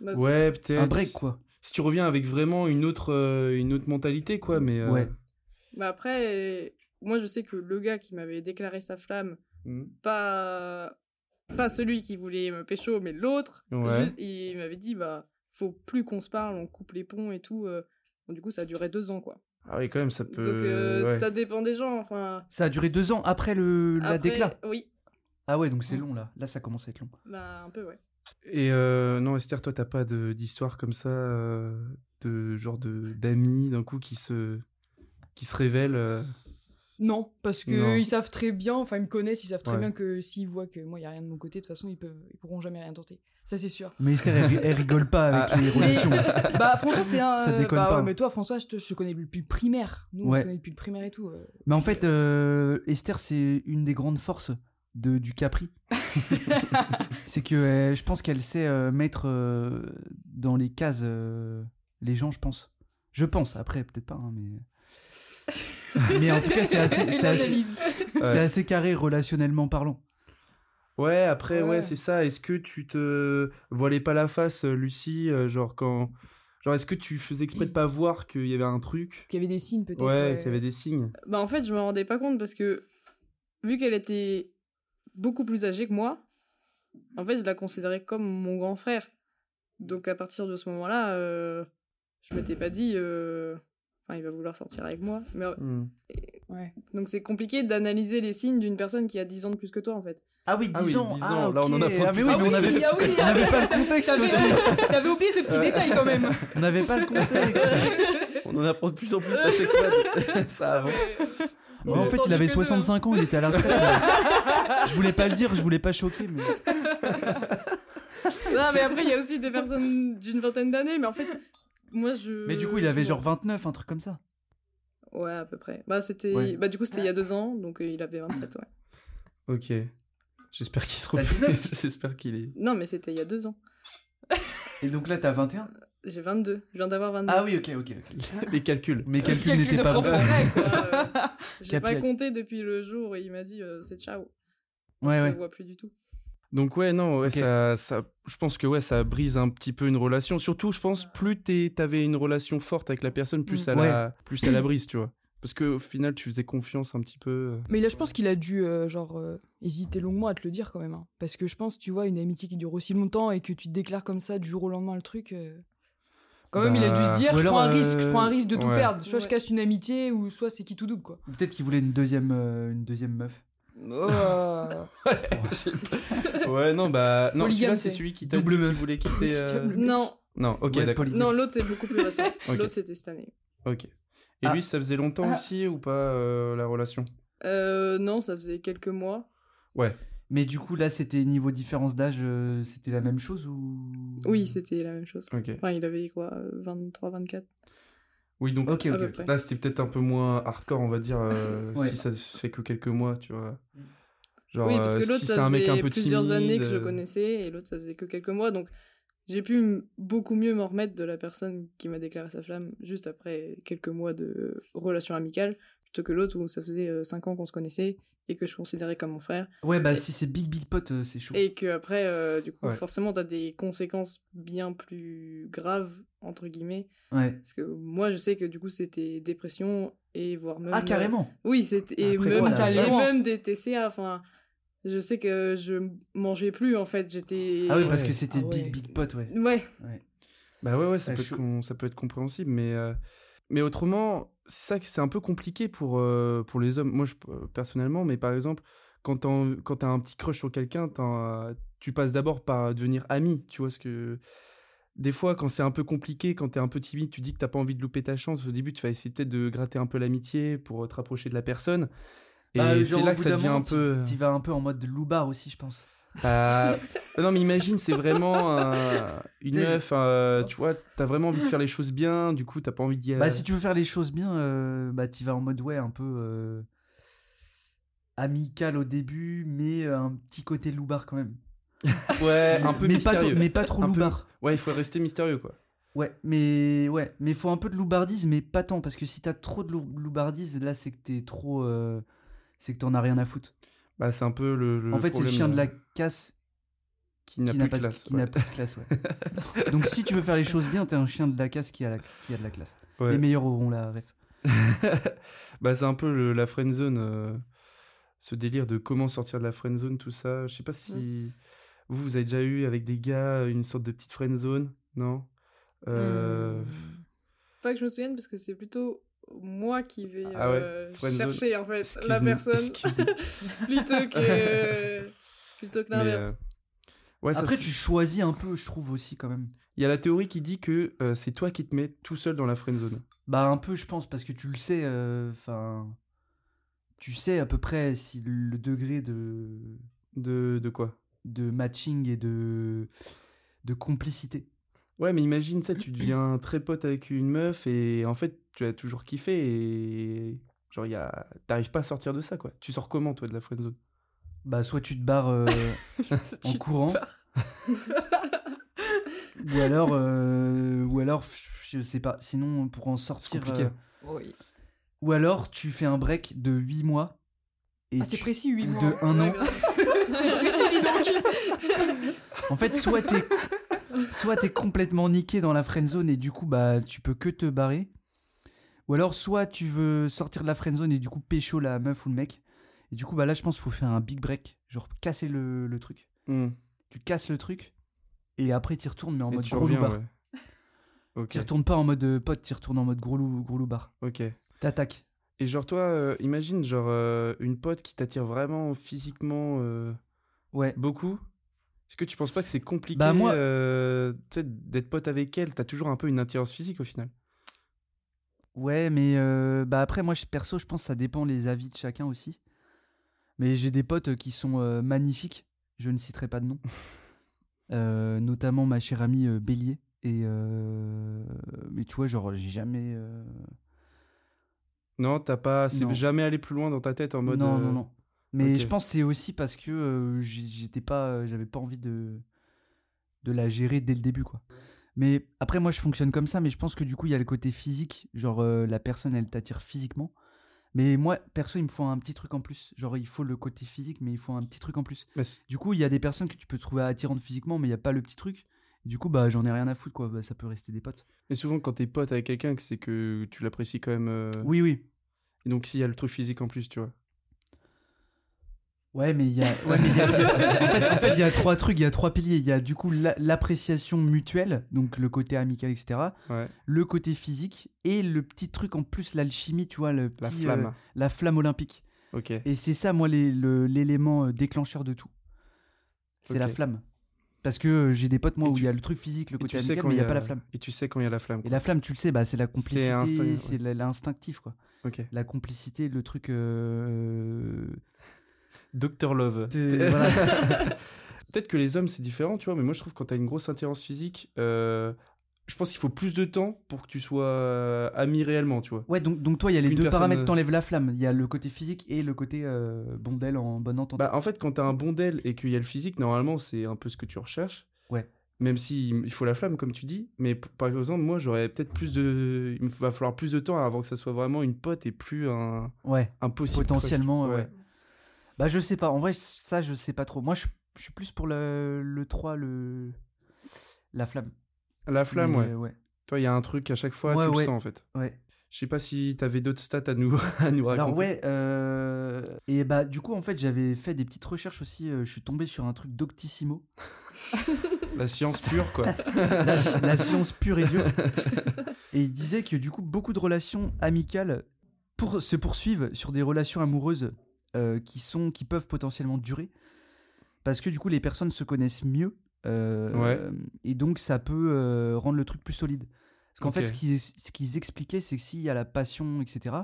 S4: Bah, c'est-
S3: Ouais, peut-être.
S2: un break quoi.
S3: Si tu reviens avec vraiment une autre, euh, une autre mentalité, quoi, mais. euh,
S2: Ouais.
S4: Bah après, euh, moi je sais que le gars qui m'avait déclaré sa flamme,
S3: mhm.
S4: pas pas celui qui voulait me pécho, mais l'autre,
S3: Ouais.
S4: juste, il m'avait dit bah faut plus qu'on se parle, on coupe les ponts et tout. euh. Bon, du coup, ça a duré deux ans quoi.
S3: Ah oui, quand même, ça peut.
S4: Donc euh,
S3: ouais.
S4: ça dépend des gens. Enfin,
S2: Ça a duré deux ans après le, la
S4: après-
S2: décla.
S4: Oui,
S2: Ah ouais, donc c'est long là. Là, ça commence à être long.
S4: bah un peu ouais.
S3: Et euh, non, Esther, toi, t'as pas de- d'histoire comme ça, euh, de genre de d'amis d'un coup qui se qui se révèlent. euh,
S5: Non, parce
S3: Non.
S5: que ils savent très bien, enfin ils me connaissent, ils savent très
S3: Ouais.
S5: bien que s'ils voient que moi il y a rien de mon côté, de toute façon ils peuvent, ils pourront jamais rien tenter. Ça c'est sûr.
S2: Mais Esther, elle, ri- elle rigole pas avec les relations.
S5: bah François c'est un.
S2: Ça
S5: euh,
S2: déconne
S5: bah,
S2: pas.
S5: ouais, mais toi François, je te, je te connais depuis le primaire. Nous on
S2: Ouais.
S5: se connaît depuis le primaire et tout. euh.
S2: Mais en fait, euh, Esther, c'est une des grandes forces de, du Capri. c'est que euh, je pense qu'elle sait euh, mettre euh, dans les cases euh, les gens, je pense. Je pense, après, peut-être pas, hein, mais. mais en tout cas, c'est assez, c'est assez,
S5: L'analyse.
S2: c'est
S3: Ouais.
S2: assez carré relationnellement parlant.
S3: Ouais, après, ouais,
S5: Ouais.
S3: c'est ça. Est-ce que tu te voilais pas la face, euh, Lucie, euh, genre quand, genre est-ce que tu faisais exprès de pas voir qu'il y avait un truc,
S5: Qu'il y avait des signes peut-être.
S3: ouais, qu'il y avait des signes.
S4: Bah en fait, je me rendais pas compte parce que vu qu'elle était beaucoup plus âgée que moi, en fait, je la considérais comme mon grand frère. Donc à partir de ce moment-là, euh, je m'étais pas dit euh, enfin, il va vouloir sortir avec moi. Mais euh,
S3: Hmm.
S5: Ouais.
S4: donc c'est compliqué d'analyser les signes d'une personne qui a 10 ans de plus que toi en fait.
S2: Ah oui, 10
S3: Ah oui,
S2: ans.
S3: 10
S2: Ah,
S3: ans. Là, on
S2: ok.
S3: en a foutu.
S2: Ah, mais oui,
S3: Ah
S2: mais
S3: oui,
S2: on avait,
S5: ah oui,
S2: on
S5: ah
S2: avait pas le contexte
S5: T'avais
S2: aussi.
S5: t'avais oublié ce petit détail quand même.
S2: On n'avait pas le contexte.
S3: On en apprend de plus en plus à chaque fois. ça avance.
S2: Ouais, en fait, il
S5: hein.
S2: avait 65 ans, il était à la retraite. mais je voulais pas le dire, je voulais pas choquer. Mais...
S4: non, mais après il y a aussi des personnes d'une vingtaine d'années, mais en fait moi je
S2: mais du coup, il avait
S4: je-
S2: genre 29, un truc comme ça.
S4: Ouais, à peu près. Bah c'était
S2: Ouais.
S4: bah du coup c'était il y a deux ans, donc euh, il avait 27 ouais.
S3: Ok. J'espère qu'il se
S2: T'as
S3: reprend. J'espère qu'il est.
S4: Non, mais c'était il y a deux ans.
S2: Et donc là, t'as 21
S4: J'ai 22, je viens d'avoir 22.
S2: Ah oui, ok, ok. ok.
S3: Les calculs.
S2: Mes calculs
S5: Calcul
S2: n'étaient
S5: de
S2: pas
S5: France.
S2: bons.
S4: Je
S2: Capi-
S4: l'ai euh, pas compté depuis le jour où il m'a dit euh, c'est ciao.
S2: Ouais,
S4: je
S2: ouais.
S4: le vois plus du tout.
S3: Donc ouais, non, ouais,
S2: Ok.
S3: ça, ça, je pense que ouais, ça brise un petit peu une relation. Surtout, je pense, plus t'es- t'avais une relation forte avec la personne, plus
S5: Mm.
S3: ça la, plus ça la brise, tu vois. Parce que au final, tu faisais confiance un petit peu.
S5: Mais là, je pense qu'il a dû, euh, genre, euh, hésiter longuement à te le dire quand même. hein. Parce que je pense, tu vois, une amitié qui dure aussi longtemps et que tu te déclares comme ça du jour au lendemain le truc. euh, Quand même, il a dû
S3: Bah,
S5: se dire,
S2: ou
S5: je prends un
S2: alors, euh,
S5: risque, je prends un risque de tout
S3: ouais.
S5: perdre. Soit je
S4: Ouais.
S5: casse une amitié ou soit c'est qui tout double, quoi.
S2: Peut-être qu'il voulait une deuxième, euh, une deuxième meuf.
S5: Euh,
S3: ouais, non, bah non,
S5: Polygame,
S3: celui-là, c'est
S5: c'est-
S3: celui qui t'a dit
S2: Double
S3: qu'il
S2: meuf.
S3: voulait quitter. euh,
S5: Polygame, le-
S4: Non,
S3: Non, ok,
S2: Ouais,
S3: d'accord.
S2: polygame.
S4: non l'autre c'est beaucoup plus récent.
S3: Ok.
S4: L'autre c'était cette année.
S3: Ok. Et
S2: Ah.
S3: lui, ça faisait longtemps aussi ou pas euh, la relation
S4: Euh, non, ça faisait quelques mois.
S2: Mais du coup, là, c'était niveau différence d'âge, euh, c'était la même chose ou
S4: Oui, c'était la même chose.
S3: Ok.
S4: Enfin, il avait quoi, euh, 23, 24
S3: Oui, donc
S2: Ok,
S4: à
S2: ok.
S4: peu
S2: ok.
S4: près.
S3: là, c'était peut-être un peu moins hardcore, on va dire, euh,
S2: Ouais.
S3: si ça se fait que quelques mois, tu vois. Genre,
S4: Mm. oui, parce que
S3: euh,
S4: l'autre
S3: si c'est
S4: ça
S3: un mec un
S4: faisait
S3: peu
S4: plusieurs
S3: timide,
S4: années que je
S3: euh,
S4: connaissais et l'autre ça faisait que quelques mois, donc j'ai pu m- beaucoup mieux m'en remettre de la personne qui m'a déclaré sa flamme juste après quelques mois de euh, relation amicale plutôt que l'autre où ça faisait 5 ans qu'on se connaissait et que je considérais comme mon frère.
S2: Ouais, bah
S4: Et-
S2: si c'est Big Big Pote, euh, c'est chaud.
S4: Et que après, euh, du coup,
S3: Ouais.
S4: forcément, t'as des conséquences bien plus graves, entre guillemets.
S2: Ouais.
S4: Parce que moi, je sais que du coup, c'était dépression et voire même.
S2: Ah, carrément
S4: Oui, c'était et
S2: Après,
S4: même,
S2: quoi,
S5: ça
S4: et
S5: va.
S4: même des TCA. Enfin, je sais que je mangeais plus en fait. J'étais.
S2: Ah oui, parce
S3: Ouais.
S2: que c'était
S5: Ah ouais.
S2: Big Big Pote, ouais.
S4: Ouais.
S3: Bah ouais, ouais, ça,
S2: Ah,
S3: peut, être
S2: chaud.
S3: com- ça peut être compréhensible, mais, euh, mais autrement, c'est ça que c'est un peu compliqué pour, euh, pour les hommes. Moi, je, euh, personnellement, mais par exemple, quand t'as en- quand t'as un petit crush sur quelqu'un, t'en- euh, tu passes d'abord par devenir ami, tu vois, ce que... Des fois, quand c'est un peu compliqué, quand t'es un peu timide, tu dis que t'as pas envie de louper ta chance. Au début, tu vas essayer peut-être de gratter un peu l'amitié pour euh, te rapprocher de la personne. Et
S2: Bah, genre,
S3: c'est
S2: au
S3: là que
S2: bout
S3: ça
S2: d'un
S3: devient
S2: moment,
S3: un peu. euh,
S2: T'y vas un peu en mode loupard aussi, je pense.
S3: Bah, non, mais imagine, c'est vraiment un- une
S2: T'es-
S3: meuf, euh, tu vois, t'as vraiment envie de faire les choses bien, du coup, t'as pas envie d'y
S2: Bah, si tu veux faire les choses bien, euh, bah, t'y vas en mode, ouais, un peu euh, amical au début, mais euh, un petit côté loupard quand même.
S3: Ouais, un peu
S2: mais Pas
S3: mystérieux.
S2: trop, mais pas trop
S3: Un peu-
S2: loupard.
S3: Ouais, il faut rester mystérieux, quoi.
S2: Ouais, mais ouais, mais faut un peu de loubardise, mais pas tant, parce que si t'as trop de lou- loubardise, là, c'est que t'es trop. euh, c'est que t'en as rien à foutre.
S3: Bah, c'est un peu le. euh.
S2: en fait, c'est le chien de la casse
S3: qui n'a plus
S2: qui n'a
S3: de
S2: pas, de-
S3: classe.
S2: qui n'a
S3: ouais.
S2: pas de classe. ouais. Donc, si tu veux faire les choses bien, t'es un chien de la casse qui a, la- qui a de la classe.
S3: Ouais.
S2: Les meilleurs auront la ref.
S3: bah, c'est un peu le- la friend zone, euh, ce délire de comment sortir de la friend zone, tout ça. Je sais pas si vous, vous avez déjà eu avec des gars une sorte de petite friend zone, non
S4: Hmm.
S5: hmm.
S3: Euh,
S4: Pas que je me souvienne parce que c'est plutôt moi qui vais
S3: Ah ouais,
S4: euh,
S3: friendzone.
S4: chercher en fait la
S3: excuse-nous,
S4: personne
S3: excuse-nous.
S4: plutôt que plutôt que
S3: Mais,
S4: l'inverse.
S3: euh, Ouais, ça,
S2: Après,
S3: c'est-
S2: tu choisis un peu, je trouve aussi quand même.
S3: Il y a la théorie qui dit que euh, c'est toi qui te mets tout seul dans la friendzone.
S2: Bah un peu, je pense, parce que tu le sais. euh, Enfin, tu sais à peu près si le degré de
S3: De, de quoi
S2: de matching et de de complicité.
S3: Ouais, mais imagine ça, tu deviens très pote avec une meuf et en fait, tu as toujours kiffé et genre, il y a... t'arrives pas à sortir de ça, quoi. Tu sors comment, toi, de la friendzone
S2: Bah soit tu te barres euh, en
S4: Tu-
S2: courant, ou alors euh, ou alors je sais pas. Sinon pour en
S3: C'est
S2: sortir,
S3: compliqué.
S2: euh,
S5: Oui.
S2: ou alors tu fais un break de 8 mois et
S5: Ah, c'est
S2: tu-
S5: précis, 8
S2: ou
S5: mois.
S2: de un an.
S4: Ouais, grave.
S2: En fait, soit t'es soit t'es complètement niqué dans la friendzone et du coup bah tu peux que te barrer, ou alors soit tu veux sortir de la friendzone et du coup pécho la meuf ou le mec. Et du coup bah là je pense qu'il faut faire un big break, genre casser le, le truc.
S3: Hmm.
S2: Tu casses le truc et après t'y retournes mais en
S3: Et
S2: mode
S3: tu
S2: gros
S3: reviens,
S2: loupard.
S3: ouais. Ok,
S2: T'y retournes pas en mode euh, pote, t'y retournes en mode gros lou gros loupard.
S3: ok.
S2: T'attaques.
S3: Et genre, toi, euh, imagine, genre, euh, une pote qui t'attire vraiment physiquement euh,
S2: Ouais.
S3: beaucoup est-ce que tu penses pas que c'est compliqué
S2: Bah, moi-
S3: euh, tu sais, d'être pote avec elle T'as toujours un peu une attirance physique au final.
S2: Ouais, mais euh, bah après, moi, je- perso, je pense que ça dépend les avis de chacun aussi. Mais j'ai des potes euh, qui sont euh, magnifiques, je ne citerai pas de nom. Euh, notamment ma chère amie euh, Bélier. Et euh, mais tu vois, genre, j'ai jamais. euh,
S3: Non, t'as pas. C'est
S2: Non.
S3: jamais allé plus loin dans ta tête en mode.
S2: non,
S3: euh,
S2: non, non. Mais
S3: ok.
S2: je pense que c'est aussi parce que euh, j'ai- j'étais pas, euh, j'avais pas envie de de la gérer dès le début, quoi. Mais après, moi, je fonctionne comme ça, mais je pense que du coup, il y a le côté physique, genre euh, la personne, elle t'attire physiquement. Mais moi, perso, il me faut un petit truc en plus. Genre, il faut le côté physique, mais il faut un petit truc en plus.
S3: Mais c'est-
S2: Du coup, il y a des personnes que tu peux trouver attirantes physiquement, mais il n'y a pas le petit truc. Du coup, bah, j'en ai rien à foutre, quoi. Bah, ça peut rester des potes.
S3: mais souvent, quand t'es pote avec quelqu'un, c'est que tu l'apprécies quand même. euh,
S2: Oui, oui.
S3: Et donc, s'il y a le truc physique en plus, tu vois.
S2: Ouais, mais il y a. ouais, mais il y a- en fait, en fait, il y a trois trucs, il y a trois piliers. Il y a du coup la- l'appréciation mutuelle, donc le côté amical, etc.
S3: Ouais.
S2: Le côté physique et le petit truc en plus, l'alchimie, tu vois, le
S3: La
S2: petit, euh,
S3: flamme.
S2: la flamme olympique.
S3: Ok.
S2: euh, Et c'est ça, moi, les- le- l'élément euh, déclencheur de tout. C'est la
S3: Ok.
S2: flamme. Parce que euh, j'ai des potes, moi,
S3: Et
S2: où il
S3: tu-
S2: y a le truc physique, le
S3: Et
S2: côté amical, mais il n'y a pas la flamme.
S3: Et tu sais quand il y a la flamme.
S2: Et
S3: quoi.
S2: la flamme, tu le sais, bah, c'est la complicité,
S3: instinct- ouais.
S2: c'est la- l'instinctif, quoi.
S3: Ok.
S2: La complicité, le truc... euh,
S3: Docteur Love.
S2: t'es- voilà.
S3: Peut-être que les hommes, c'est différent, tu vois, mais moi, je trouve que quand t'as une grosse attirance physique, euh, je pense qu'il faut plus de temps pour que tu sois euh, ami réellement, tu vois.
S2: Ouais, donc, donc toi, il y a les
S3: Qu'une
S2: deux
S3: personne,
S2: paramètres,
S3: euh,
S2: t'enlèves la flamme. Il y a le côté physique et le côté euh, bondel en bonne entente.
S3: Bah, en fait, quand t'as un bon d'elle et qu'il y a le physique, normalement, c'est un peu ce que tu recherches.
S2: Ouais.
S3: Même si il faut la flamme, comme tu dis. Mais p- par exemple, moi, j'aurais peut-être plus de. Il me va falloir plus de temps avant que ça soit vraiment une pote et plus un,
S2: Ouais,
S3: un possible.
S2: potentiellement,
S3: crush.
S2: ouais. Bah, je sais pas. En vrai, ça, je sais pas trop. Moi, je, je suis plus pour le, le 3, le... la flamme.
S3: La flamme,
S2: Mais,
S3: ouais.
S2: euh, ouais.
S3: Toi, il y a un truc à chaque fois,
S2: Ouais,
S3: tu
S2: ouais.
S3: le sens en fait.
S2: ouais.
S3: Je sais pas si t'avais d'autres stats à nous, à nous raconter.
S2: Alors ouais, euh, et bah du coup en fait j'avais fait des petites recherches aussi, euh, je suis tombé sur un truc d'Octissimo,
S3: La science pure, quoi.
S2: la, la science pure et dure, et il disait que du coup beaucoup de relations amicales pour, se poursuivent sur des relations amoureuses euh, qui, sont, qui peuvent potentiellement durer, parce que du coup les personnes se connaissent mieux, euh,
S3: Ouais.
S2: et donc ça peut euh, rendre le truc plus solide. Parce qu'en
S3: Ok.
S2: fait ce qu'ils, ce qu'ils expliquaient c'est que s'il y a la passion, etc.,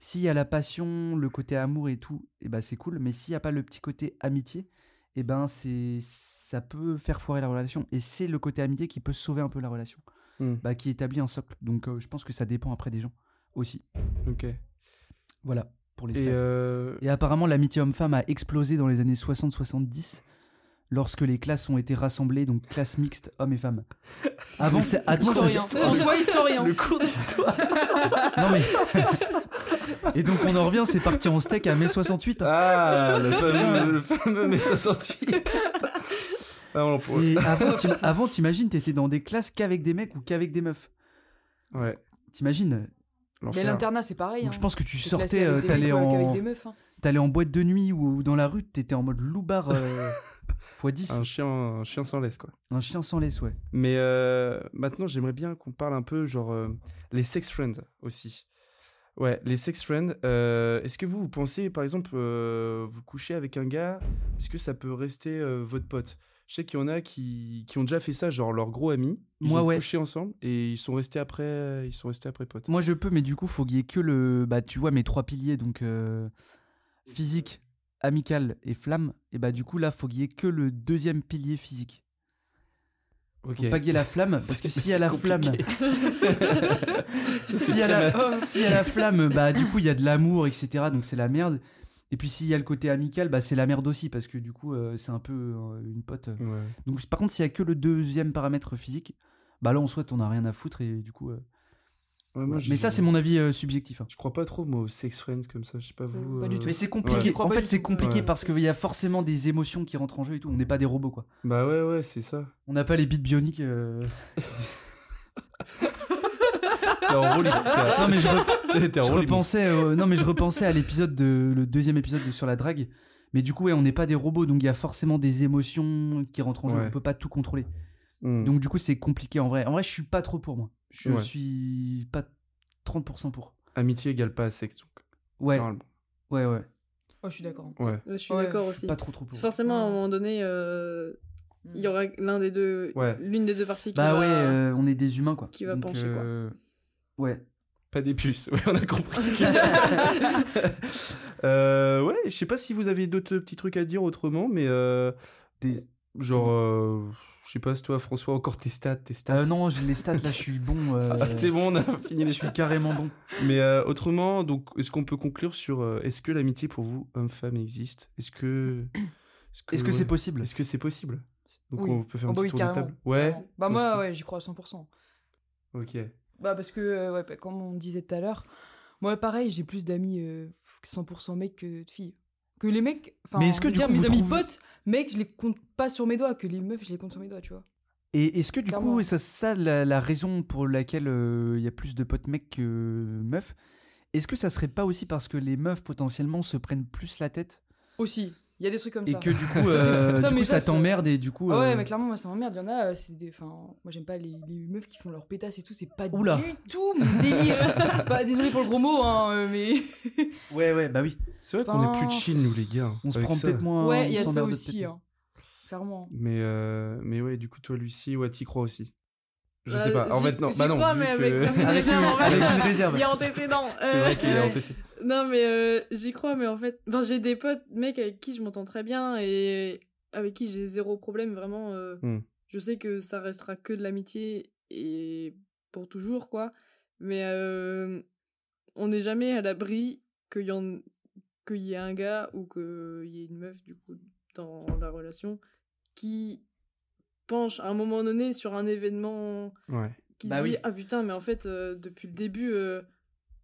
S2: S'il y a la passion, le côté amour et tout, et ben c'est cool. Mais s'il n'y a pas le petit côté amitié, et ben c'est ça peut faire foirer la relation. Et c'est le côté amitié qui peut sauver un peu la relation,
S3: Hmm.
S2: bah, qui établit un socle. Donc euh, je pense que ça dépend après des gens aussi.
S3: Ok. Et,
S2: Voilà pour les stats. Et,
S3: euh,
S2: apparemment l'amitié homme-femme a explosé dans les années 60-70 lorsque les classes ont été rassemblées, donc classe mixte hommes et femmes. Avant c'est avant, ça-
S5: Historien. On se voit historien.
S3: Le cours d'histoire.
S2: non mais et donc on en revient, c'est parti en steak à mai 68.
S3: Ah, le fameux, le fameux mai 68. Ah, on l'en-
S2: Et avant, t'im- avant, t'imagines, t'étais dans des classes qu'avec des mecs ou qu'avec des meufs.
S3: Ouais,
S2: T'imagines
S5: Mais
S3: l'enfer.
S5: l'internat, c'est pareil.
S2: Donc,
S5: hein.
S2: Je pense que tu
S5: T'es
S2: sortais,
S5: classé avec
S2: euh,
S5: des
S2: t'allais
S5: mecs ou avec
S2: en,
S5: des meufs, hein.
S2: t'allais en boîte de nuit ou, ou dans la rue, t'étais en mode loupard x10.
S3: Un chien, un chien sans laisse, quoi.
S2: Un chien sans laisse, ouais.
S3: Mais euh, maintenant, j'aimerais bien qu'on parle un peu, genre, euh, les sex friends aussi. Ouais, les sex friends. euh, Est-ce que vous, vous pensez, par exemple, euh, vous couchez avec un gars, est-ce que ça peut rester euh, votre pote Je sais qu'il y en a qui, qui ont déjà fait ça, genre leurs gros amis. Ils
S2: Moi,
S3: ont
S2: ouais.
S3: couché ensemble et ils sont restés après, ils sont restés après potes.
S2: Moi, je peux, mais du coup, faut qu'il y ait que le. Bah, tu vois, mes trois piliers, donc euh, physique, amical et flamme. Et bah, du coup, là, faut qu'il y ait que le deuxième pilier physique. Faut
S3: Ok.
S2: pas qu'il y ait la flamme, parce que s'il y a la flamme,
S3: C'est
S2: s'il y
S3: très
S2: a la,
S5: Oh,
S2: s'il y a la flamme, bah du coup il y a de l'amour, etc. Donc c'est la merde. Et puis s'il y a le côté amical, bah c'est la merde aussi parce que du coup euh, c'est un peu euh, une pote.
S3: Ouais.
S2: Donc par contre s'il y a que le deuxième paramètre physique, bah là en soit on a rien à foutre et du coup. euh,
S3: Ouais, moi,
S2: voilà.
S3: je-
S2: Mais ça c'est mon avis euh, subjectif. hein.
S3: Je crois pas trop, moi, aux sex friends comme ça. Je sais pas vous.
S5: Pas du
S3: euh,
S5: tout.
S2: Mais c'est
S3: Ouais.
S2: compliqué.
S3: J'y
S5: crois
S2: En
S5: pas
S2: fait
S5: du
S2: c'est
S5: tout.
S2: compliqué
S3: Ouais.
S2: parce qu'il y a forcément des émotions qui rentrent en jeu et tout. On n'est pas des robots quoi.
S3: Bah ouais, ouais, c'est ça.
S2: On n'a pas les bits bioniques. euh.
S3: T'es en roue libre. T'es-
S5: Ah,
S2: Non mais je, re-
S3: T'es en
S2: je
S3: roue libre.
S2: repensais, euh, non mais je repensais à l'épisode de le deuxième épisode de sur la drague. Mais du coup, ouais, on n'est pas des robots, donc il y a forcément des émotions qui rentrent en jeu.
S3: Ouais.
S2: On peut pas tout contrôler.
S3: Hmm.
S2: Donc du coup, c'est compliqué en vrai. En vrai, je suis pas trop pour moi. Je
S3: Ouais.
S2: suis pas 30% pour.
S3: Amitié égale pas à sexe, donc.
S2: Ouais,
S3: Normalement.
S2: ouais, ouais.
S5: Oh, je suis d'accord.
S3: Ouais.
S4: Je suis
S5: Ouais,
S4: d'accord
S2: Je
S4: aussi.
S2: suis pas trop trop pour.
S4: Forcément, à un
S5: Ouais.
S4: moment donné, euh,
S5: Mm.
S4: il y aura l'un des deux,
S3: Ouais.
S4: l'une des deux parties qui
S2: Bah
S4: va-
S2: ouais, euh, on est des humains quoi.
S4: qui va
S2: Donc,
S4: pencher, quoi.
S2: euh, Ouais.
S3: Pas des puces. Ouais, on a compris. Euh, ouais, je sais pas si vous avez d'autres petits trucs à dire autrement, mais. euh, des- Genre. euh, Je sais pas si toi, François, encore tes stats, tes stats.
S2: Euh, non, j'ai les stats là, je suis bon. euh,
S3: Ah, c'est bon, on a fini
S2: je
S3: les
S2: suis carrément bon.
S3: Mais euh, autrement, donc, est-ce qu'on peut conclure sur euh, est-ce que l'amitié pour vous, homme-femme, existe Est-ce que
S2: Est-ce que
S3: ouais.
S2: c'est possible
S3: Est-ce que c'est possible Donc
S5: Oui.
S3: on peut faire
S5: Oh,
S3: un petit
S5: bah oui,
S3: tour de
S5: carrément,
S3: table. Ouais.
S5: carrément. Bah
S3: toi
S5: moi,
S3: aussi.
S5: ouais, j'y crois à 100%.
S3: Ok.
S5: Bah parce que, euh, ouais, bah, comme on disait tout à l'heure, moi pareil, j'ai plus d'amis euh, 100% mecs que de filles. Que les mecs, enfin,
S2: Mais est-ce que,
S5: je
S2: du
S5: veux dire,
S2: coup,
S5: mes
S2: vous
S5: amis
S2: trouvez-
S5: potes, mecs, je les compte pas sur mes doigts, que les meufs, je les compte sur mes doigts, tu vois.
S2: Et est-ce que du
S5: Clairement.
S2: coup, c'est ça, ça, la, la raison pour laquelle euh, il y a plus de potes mecs que meufs, est-ce que ça serait pas aussi parce que les meufs potentiellement se prennent plus la tête
S5: Aussi, il y a des trucs comme
S2: et
S5: ça.
S2: que du coup,
S5: Ça, c'est
S2: euh,
S5: fou. Ça,
S2: du
S5: mais
S2: coup,
S5: ça,
S2: ça
S5: c'est-
S2: t'emmerde et du coup.
S5: Ah ouais,
S2: euh,
S5: mais clairement, moi ça m'emmerde. Il y en a, euh, c'est des. Enfin, moi j'aime pas les, les meufs qui font leur pétasse et tout, c'est pas
S2: Oula.
S5: du tout mon délire. bah, désolé pour le gros mot, hein, euh, mais.
S2: Ouais, ouais, bah oui.
S3: C'est vrai qu'on
S5: Enfin,
S3: est plus chill, nous, les gars.
S2: On se
S3: avec
S2: prend
S3: ça.
S2: peut-être moins.
S5: ouais,
S2: Oh, on
S5: il y a ça
S2: s'emmerde
S5: aussi,
S2: peut-être.
S5: hein. clairement.
S3: Mais, euh, mais ouais, du coup, toi, Lucie, ouais, t'y crois aussi Je
S4: Euh,
S3: sais pas. En
S4: j'y-
S3: fait, non.
S4: j'y
S3: Bah non.
S4: crois,
S3: vu
S4: mais
S3: que-
S4: avec certaines
S2: Avec une,
S4: réserves, en fait.
S2: avec une réserve.
S4: Il y a antécédent.
S3: C'est
S4: euh,
S3: vrai qu'il est
S5: Ouais.
S3: antécé-
S4: Non, mais euh, j'y crois, mais en fait, enfin, j'ai des potes, mec, avec qui je m'entends très bien et avec qui j'ai zéro problème, vraiment. euh,
S3: Hmm.
S4: Je sais que ça restera que de l'amitié et pour toujours, quoi. Mais euh, on n'est jamais à l'abri qu'il y, en... qu'il y ait un gars ou qu'il y ait une meuf, du coup, dans la relation qui penche à un moment donné sur un événement
S3: Ouais.
S4: qui
S2: Bah
S4: se dit
S2: oui.
S4: ah putain mais en fait euh, depuis le début euh,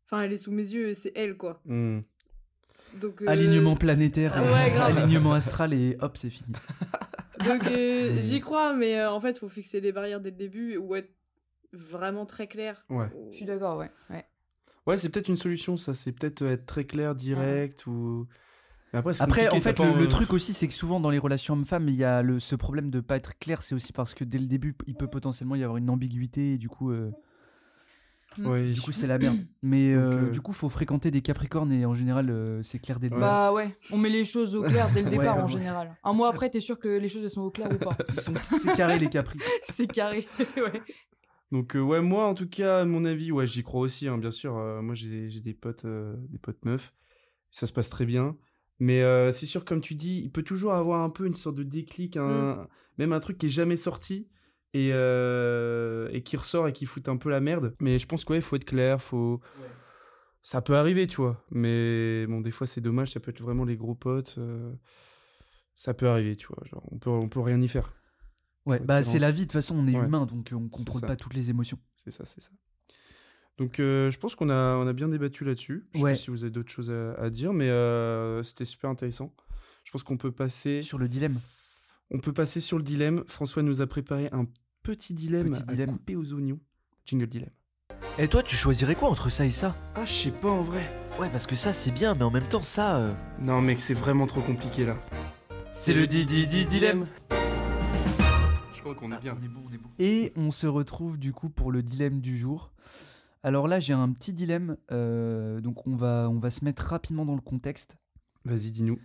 S4: enfin elle est sous mes yeux et c'est elle quoi
S3: Hmm.
S4: donc euh,
S2: Alignement planétaire,
S4: Ah ouais, grave.
S2: alignement astral et hop, c'est fini.
S4: donc euh,
S2: Mm.
S4: j'y crois mais euh, en fait faut fixer les barrières dès le début ou être vraiment très clair
S3: Ouais.
S5: Je suis d'accord, ouais. ouais.
S3: Ouais, c'est peut-être une solution, ça. C'est peut-être euh, être très clair, direct ou. Mais après, c'est
S2: Après,
S3: compliqué,
S2: en fait,
S3: t'as pas,
S2: le, le
S3: euh,
S2: truc aussi, c'est que souvent dans les relations hommes-femmes, il y a le, ce problème de pas être clair. C'est aussi parce que dès le début, il peut potentiellement y avoir une ambiguïté et du coup, euh,
S3: Ouais,
S2: du coup, c'est la merde. Mais
S3: Donc,
S2: euh,
S3: euh,
S2: du coup, faut fréquenter des Capricornes et en général, euh, c'est clair dès le début.
S5: Bah ouais, on met les choses au clair dès le
S2: Ouais,
S5: départ en
S2: ouais.
S5: général. Un mois après, t'es sûr que les choses elles sont au clair ou pas.
S2: Ils sont c'est carré les Capri.
S5: C'est carré. ouais.
S3: Donc euh, ouais, moi en tout cas, à mon avis, ouais, j'y crois aussi, hein, bien sûr. Euh, moi j'ai j'ai des potes, euh, des potes meufs, ça se passe très bien. Mais euh, c'est sûr, comme tu dis, il peut toujours avoir un peu une sorte de déclic, un- même un truc qui est jamais sorti et, euh, et qui ressort et qui fout un peu la merde. Mais je pense qu'il faut être clair, faut. Ça peut arriver, tu vois. Mais bon, des fois c'est dommage, ça peut être vraiment les gros potes. euh, Ça peut arriver, tu vois. Genre, on peut, on peut rien y faire.
S2: Ouais, bah
S3: Attirance.
S2: c'est la vie. De toute façon, on est
S3: Ouais.
S2: humain, donc euh, on contrôle
S3: ça.
S2: pas toutes les émotions.
S3: C'est ça, c'est ça. Donc, euh, je pense qu'on a, on a bien débattu là-dessus. Je
S2: Ouais.
S3: sais pas si vous avez d'autres choses à, à dire, mais euh, c'était super intéressant. Je pense qu'on peut passer,
S2: Sur le dilemme.
S3: on peut passer sur le dilemme. François nous a préparé un petit dilemme,
S2: Petit
S3: à
S2: dilemme.
S3: couper aux oignons. Jingle dilemme.
S6: Et toi, tu choisirais quoi entre ça et ça
S3: Ah, je sais pas en vrai.
S6: Ouais, parce que ça, c'est bien, mais en même temps, ça. euh,
S3: Non, mec, c'est vraiment trop compliqué là.
S6: C'est le di-di-di dilemme
S3: Je crois
S2: Ah,
S3: qu'on est bien.
S2: Et on se retrouve du coup pour le dilemme du jour. Alors là, j'ai un petit dilemme. euh, donc on va on va se mettre rapidement dans le contexte.
S3: Vas-y, dis-nous.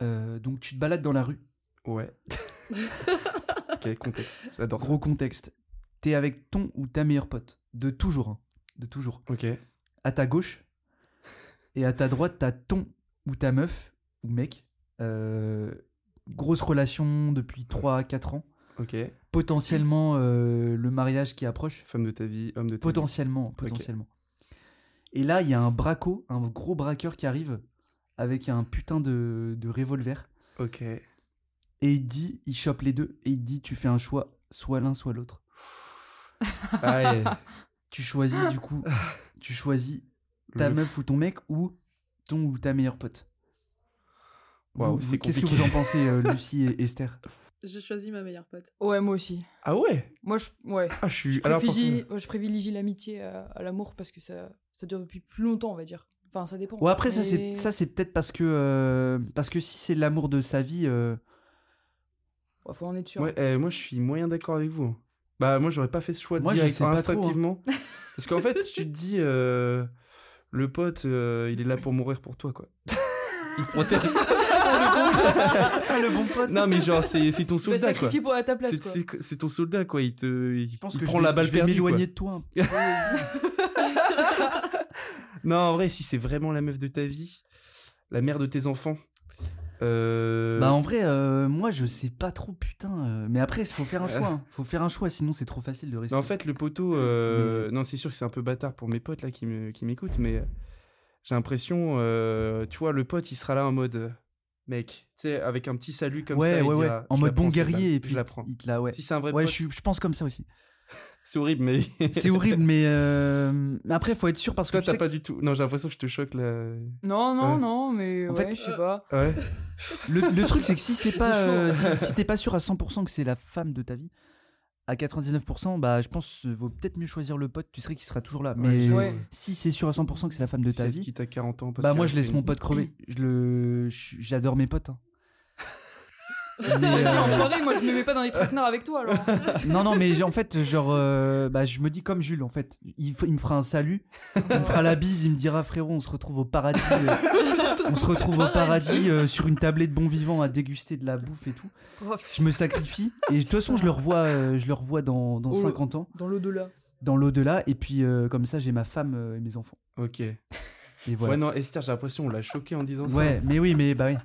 S2: Euh, donc tu te balades dans la rue.
S3: Ouais. ok, contexte. J'adore ça.
S2: Gros contexte. T'es avec ton ou ta meilleure pote. De toujours. hein. De toujours.
S3: Ok.
S2: À ta gauche. Et à ta droite, t'as ton ou ta meuf ou mec. Euh, grosse relation depuis 3-4 ans.
S3: Ok.
S2: Potentiellement euh, le mariage qui approche.
S3: Femme de ta vie, homme de ta vie.
S2: Potentiellement. Potentiellement. Et là, il y a un braco, un gros braqueur qui arrive avec un putain de, de revolver.
S3: Ok.
S2: Et il dit, il chope les deux. Et il dit, tu fais un choix, soit l'un, soit l'autre.
S3: Aïe.
S2: tu choisis du coup, tu choisis ta
S3: Le-
S2: meuf ou ton mec ou ton ou ta meilleure pote.
S3: Waouh,
S2: Vous-
S3: c'est
S2: vous- Qu'est-ce que vous
S3: compliqué.
S2: en pensez, euh, Lucie et Esther
S4: je choisis ma meilleure pote
S5: Ouais, moi aussi.
S3: Ah ouais.
S5: Moi, je, ouais.
S3: Ah, je suis.
S5: Je
S3: Alors, par contre-
S5: privilégie, moi, je privilégie l'amitié à, à l'amour parce que ça, ça dure depuis plus longtemps, on va dire. Enfin, ça dépend.
S2: Ouais, après ça
S5: Mais-
S2: c'est ça c'est peut-être parce que euh, parce que si c'est l'amour de sa vie, euh,
S5: Ouais, faut en être sûr.
S3: Ouais, euh, moi, je suis moyen d'accord avec vous. Bah, moi, j'aurais pas fait ce choix
S2: Moi, je
S3: direct,
S2: sais pas trop, hein.
S3: instinctivement. Parce qu'en fait, tu te dis, euh, le pote, euh, il est là pour mourir pour toi, quoi. il te protège. Ah,
S2: le bon pote.
S3: non, mais genre, c'est c'est ton
S5: Tu vas
S3: soldat, quoi.
S5: sacrifier pour à ta place.
S3: C'est-
S5: quoi.
S3: C'est c'est ton soldat, quoi. Il te il,
S2: je pense
S3: il
S2: que
S3: prend
S2: je vais,
S3: la balle
S2: je vais
S3: perdue.
S2: m'éloigner de toi.
S3: quoi.
S2: Euh.
S3: non, en vrai, si c'est vraiment la meuf de ta vie, la mère de tes enfants. euh,
S2: Bah en vrai, euh, moi je sais pas trop putain. euh, mais après, il faut faire un choix. hein. Faut faire un choix, sinon c'est trop facile de rester.
S3: Euh. Mais en fait, le poteau. euh,
S2: Mais-
S3: Non, c'est sûr que c'est un peu bâtard pour mes potes là qui me- qui m'écoutent, mais euh, j'ai l'impression, euh, tu vois, le pote, il sera là en mode euh, mec, tu sais, avec un petit salut comme
S2: ouais
S3: ça. il
S2: ouais ouais.
S3: dira,
S2: en
S3: Je
S2: mode
S3: la prends,
S2: bon
S3: celle-là,
S2: guerrier et puis
S3: Je la prends.
S2: il te la ouais.
S3: Si c'est un vrai
S2: Ouais, je,
S3: pote,
S2: suis- je pense comme ça aussi.
S3: c'est horrible, mais.
S2: C'est horrible, mais euh, mais après, faut être sûr parce que
S3: Toi,
S2: tu
S3: t'as
S2: sais
S3: pas du tout. Non, j'ai l'impression que je te choque là.
S5: Non, non,
S3: Ouais.
S5: non, mais
S2: En
S5: ouais,
S2: fait-
S5: je sais pas.
S3: Ouais.
S2: Le, le truc, c'est que si c'est pas,
S5: chaud.
S2: euh, si, si t'es pas sûr à 100% que c'est la femme de ta vie, à 99%, bah je pense euh, vaut peut-être mieux choisir le pote. Tu serais qu'il sera toujours là. Mais
S5: j'ai- Ouais.
S2: si c'est sûr à 100% que c'est la femme de ta
S3: Celle
S2: vie,
S3: Qui t'a 40 ans. parce
S2: bah
S3: qu'elle
S2: moi je
S3: fait
S2: laisse mon
S3: une-
S2: pote crever. Je le, je- j'adore mes potes. hein. Mais,
S5: Vas-y,
S2: euh,
S5: enfoiré, moi je me mets pas dans les traquenards avec toi alors.
S2: non non, mais j'ai- en fait genre, euh, bah je me dis comme Jules en fait. Il, f- il me fera un salut, il me fera la bise, il me dira frérot, on se retrouve au paradis. euh, on se retrouve au paradis euh, sur une tablée de bons vivants à déguster de la bouffe et tout.
S5: Oh,
S2: je me sacrifie et de toute façon je le revois euh, je le revois dans, dans
S5: Oh,
S2: 50 ans
S5: Dans l'au-delà.
S2: dans l'au-delà et puis euh, comme ça j'ai ma femme euh, et mes enfants
S3: Ok.
S2: et
S3: Ouais,
S2: voilà
S3: non, Esther, j'ai l'impression on l'a choqué en disant
S2: ouais,
S3: ça.
S2: mais oui mais bah oui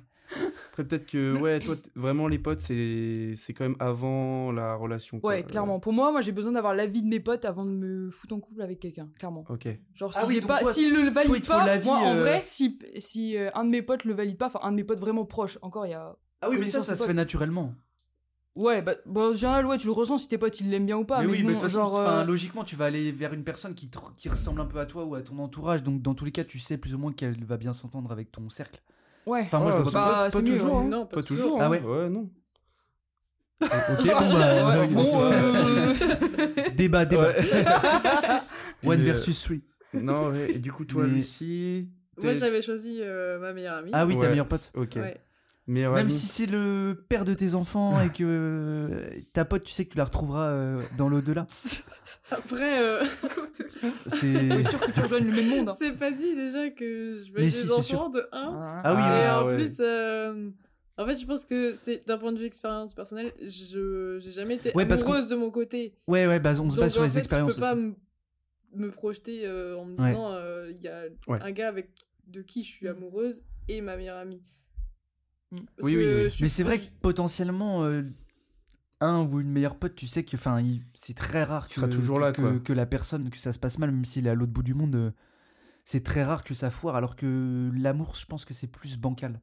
S3: Après, peut-être que, ouais, toi, t- vraiment, les potes, c'est c'est quand même avant la relation. quoi.
S5: Ouais, clairement. Pour moi, moi j'ai besoin d'avoir l'avis de mes potes avant de me foutre en couple avec quelqu'un, clairement.
S3: Ok.
S5: Genre
S2: Ah
S5: si
S2: oui,
S5: j'ai
S2: donc
S5: pas,
S2: toi-
S5: s'il le valide
S2: il te faut
S5: pas,
S2: l'avis,
S5: moi en
S2: euh,
S5: vrai, si si euh, un de mes potes le valide pas, enfin un de mes potes vraiment proche, encore il y a.
S2: ah
S5: oui, mais ça, ça se fait
S2: naturellement
S5: Ouais, bah, bah, en général, ouais, tu le ressens si tes potes ils l'aiment bien ou pas.
S2: mais, oui,
S5: bon,
S2: mais de toute façon,
S5: genre,
S2: enfin,
S5: euh,
S2: logiquement, tu vas aller vers une personne qui, te- qui ressemble un peu à toi ou à ton entourage. Donc, dans tous les cas, tu sais plus ou moins qu'elle va bien s'entendre avec ton cercle.
S5: Ouais.
S2: Enfin, moi, je
S3: Ouais,
S2: le vois
S3: c'est
S5: pas-
S3: pas
S5: c'est mieux,
S3: toujours.
S5: ouais.
S3: hein.
S4: Non,
S3: Pas toujours.
S2: Ah
S3: hein.
S2: ouais.
S3: non.
S2: ok, bon, bah,
S5: Ouais,
S2: bon,
S5: bon,
S2: euh,
S5: euh,
S2: débat, débat.
S3: Et,
S2: One
S3: euh,
S2: versus three.
S3: Non, ouais, et du coup, toi,
S2: Mais-
S3: Lucie.
S4: Moi,
S3: t'es-
S4: j'avais choisi euh, ma meilleure amie.
S2: Ah oui, ta
S3: Ouais,
S2: meilleure pote.
S3: Ok.
S4: Ouais.
S3: Meilleure
S2: Même
S3: amie.
S2: si c'est le père de tes enfants et que euh, ta pote, tu sais que tu la retrouveras euh, dans l'au-delà.
S4: Après, euh,
S2: C'est.
S5: sûr que tu rejoignes le même monde. hein.
S4: c'est pas dit déjà que je veux
S2: Mais
S4: des
S2: si, c'est
S4: enfants de 1.
S2: Ah oui,
S4: Et en
S3: ouais.
S4: plus, euh, en fait, je pense que c'est d'un point de vue expérience personnelle, je j'ai jamais été
S2: Ouais, parce
S4: amoureuse de mon côté.
S2: ouais, ouais, bah, on se
S4: Donc en
S2: base sur les
S4: fait,
S2: expériences.
S4: je peux pas
S2: aussi.
S4: m- me projeter euh, en me
S2: Ouais.
S4: disant euh, il y a
S3: Ouais.
S4: un gars avec de qui je suis amoureuse et ma meilleure amie.
S5: Mm.
S4: Parce
S3: Oui, oui,
S4: que
S3: oui.
S4: je suis-
S2: Mais c'est vrai que potentiellement, euh, un ou une meilleure pote, tu sais que enfin, il- c'est très rare que,
S3: sera toujours
S2: que-
S3: là,
S2: que,
S3: quoi.
S2: que la personne, que ça se passe mal, même s'il est à l'autre bout du monde, euh, c'est très rare que ça foire, alors que l'amour, je pense que c'est plus bancal.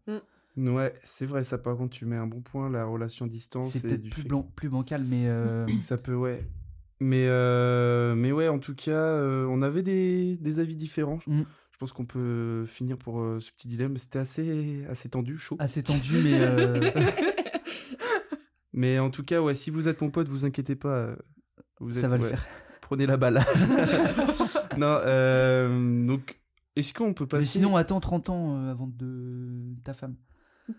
S3: Ouais, c'est vrai, ça par contre, tu mets un bon point, la relation à distance.
S2: C'est
S3: et
S2: peut-être
S3: du
S2: plus,
S3: fait
S2: blan- plus bancal, mais... euh,
S3: que Ça peut, ouais. Mais, euh, mais ouais, en tout cas, euh, on avait des, des avis différents.
S2: Mm.
S3: Je pense qu'on peut finir pour euh, ce petit dilemme. C'était assez, assez tendu, chaud.
S2: assez tendu, mais... euh,
S3: Mais en tout cas, ouais, si vous êtes mon pote, vous inquiétez pas. euh, Vous
S2: ça
S3: êtes-
S2: va le
S3: ouais,
S2: faire.
S3: Prenez la balle. non, euh, donc, est-ce qu'on peut passer
S2: Mais sinon, hein. attends 30 ans euh, avant de... ta femme.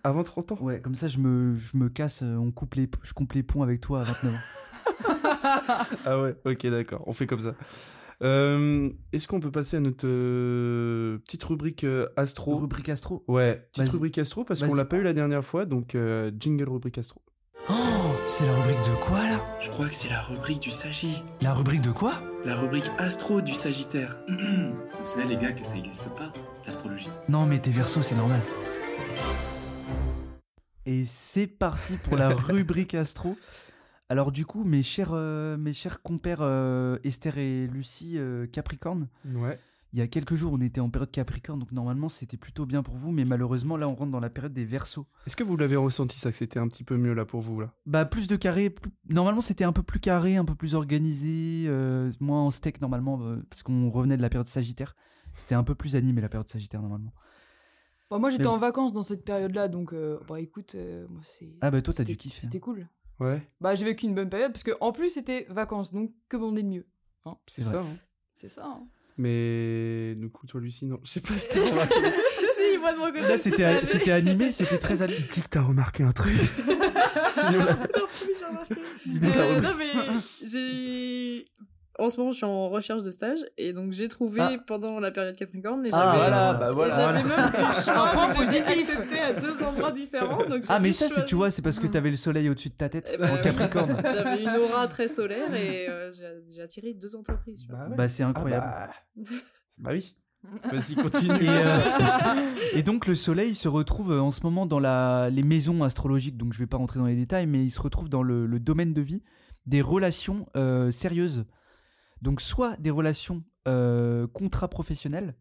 S3: avant 30 ans
S2: Ouais, comme ça, je me, je me casse, euh, on coupe les, je coupe les ponts avec toi à 29 ans.
S3: Ah ouais, ok, d'accord, on fait comme ça. Euh, Est-ce qu'on peut passer à notre euh, petite rubrique euh, astro
S2: Rubrique astro.
S3: Ouais, petite
S2: Vas-y.
S3: rubrique astro parce
S2: Vas-y.
S3: qu'on l'a pas eu la dernière fois, donc euh, jingle rubrique astro.
S6: Oh, c'est la rubrique de quoi là
S1: Je crois que c'est la rubrique du Sagi,
S6: La rubrique de quoi
S1: la rubrique astro du Sagittaire. Vous savez les gars que ça n'existe pas, l'astrologie.
S6: Non, mais t'es verso, c'est normal.
S2: Et c'est parti pour la rubrique astro. Alors du coup, mes chers, euh, mes chers compères euh, Esther et Lucie euh, Capricorne,
S3: Ouais.
S2: il y a quelques jours, on était en période Capricorne, donc normalement c'était plutôt bien pour vous, mais malheureusement là, on rentre dans la période des Verseaux.
S3: Est-ce que vous l'avez ressenti ça, que c'était un petit peu mieux là pour vous là
S2: Bah plus de carré, plus- normalement c'était un peu plus carré, un peu plus organisé, euh, moins en steak normalement, euh, parce qu'on revenait de la période Sagittaire. C'était un peu plus animé la période Sagittaire normalement.
S5: Bah, moi, j'étais
S2: Mais
S5: en vacances dans cette période-là, donc euh, bah écoute, euh, moi, c'est.
S2: Ah bah toi t'as
S5: c'était-
S2: dû kiffer.
S5: C'était cool.
S3: Ouais,
S5: Bah, j'ai vécu une bonne période parce que en plus, c'était vacances, donc que demander de mieux
S3: c'est
S2: C'est
S3: ça. hein.
S5: C'est ça. hein.
S3: Mais du coup, toi Lucie, non, je sais pas si t'as remarqué.
S4: si, moi de mon côté,
S2: Là
S4: je
S2: c'était
S4: savais.
S2: c'était animé, c'était très animé.
S3: Dis que t'as remarqué un truc. Sinon, là,
S4: Non, oui, j'ai remarqué.
S3: dis-nous ta
S4: Euh,
S3: rubrique.
S4: non, mais j'ai. En ce moment, je suis en recherche de stage et donc j'ai trouvé
S2: Ah.
S4: pendant la période Capricorne et
S2: Ah,
S4: j'avais
S2: voilà,
S3: bah
S4: et j'avais même du choix
S5: Un point
S4: que j'ai
S5: positif.
S4: accepté à deux endroits différents. Donc j'ai
S2: Ah mais
S4: pu
S2: ça c'est- tu
S4: choisir.
S2: vois c'est parce que t'avais le soleil au-dessus de ta tête
S4: Eh ben
S2: en
S4: oui.
S2: Capricorne.
S4: J'avais une aura très solaire et euh, j'ai- j'ai attiré deux entreprises. tu vois.
S3: Bah, ouais.
S2: Bah c'est
S3: Ah
S2: incroyable.
S3: bah... bah oui. Vas-y, continue.
S2: Et, euh, et donc le soleil se retrouve euh, en ce moment dans la, les maisons astrologiques, donc je vais pas rentrer dans les détails, mais il se retrouve dans le, le domaine de vie des relations euh, sérieuses. Donc soit des relations euh, contrat-professionnelles,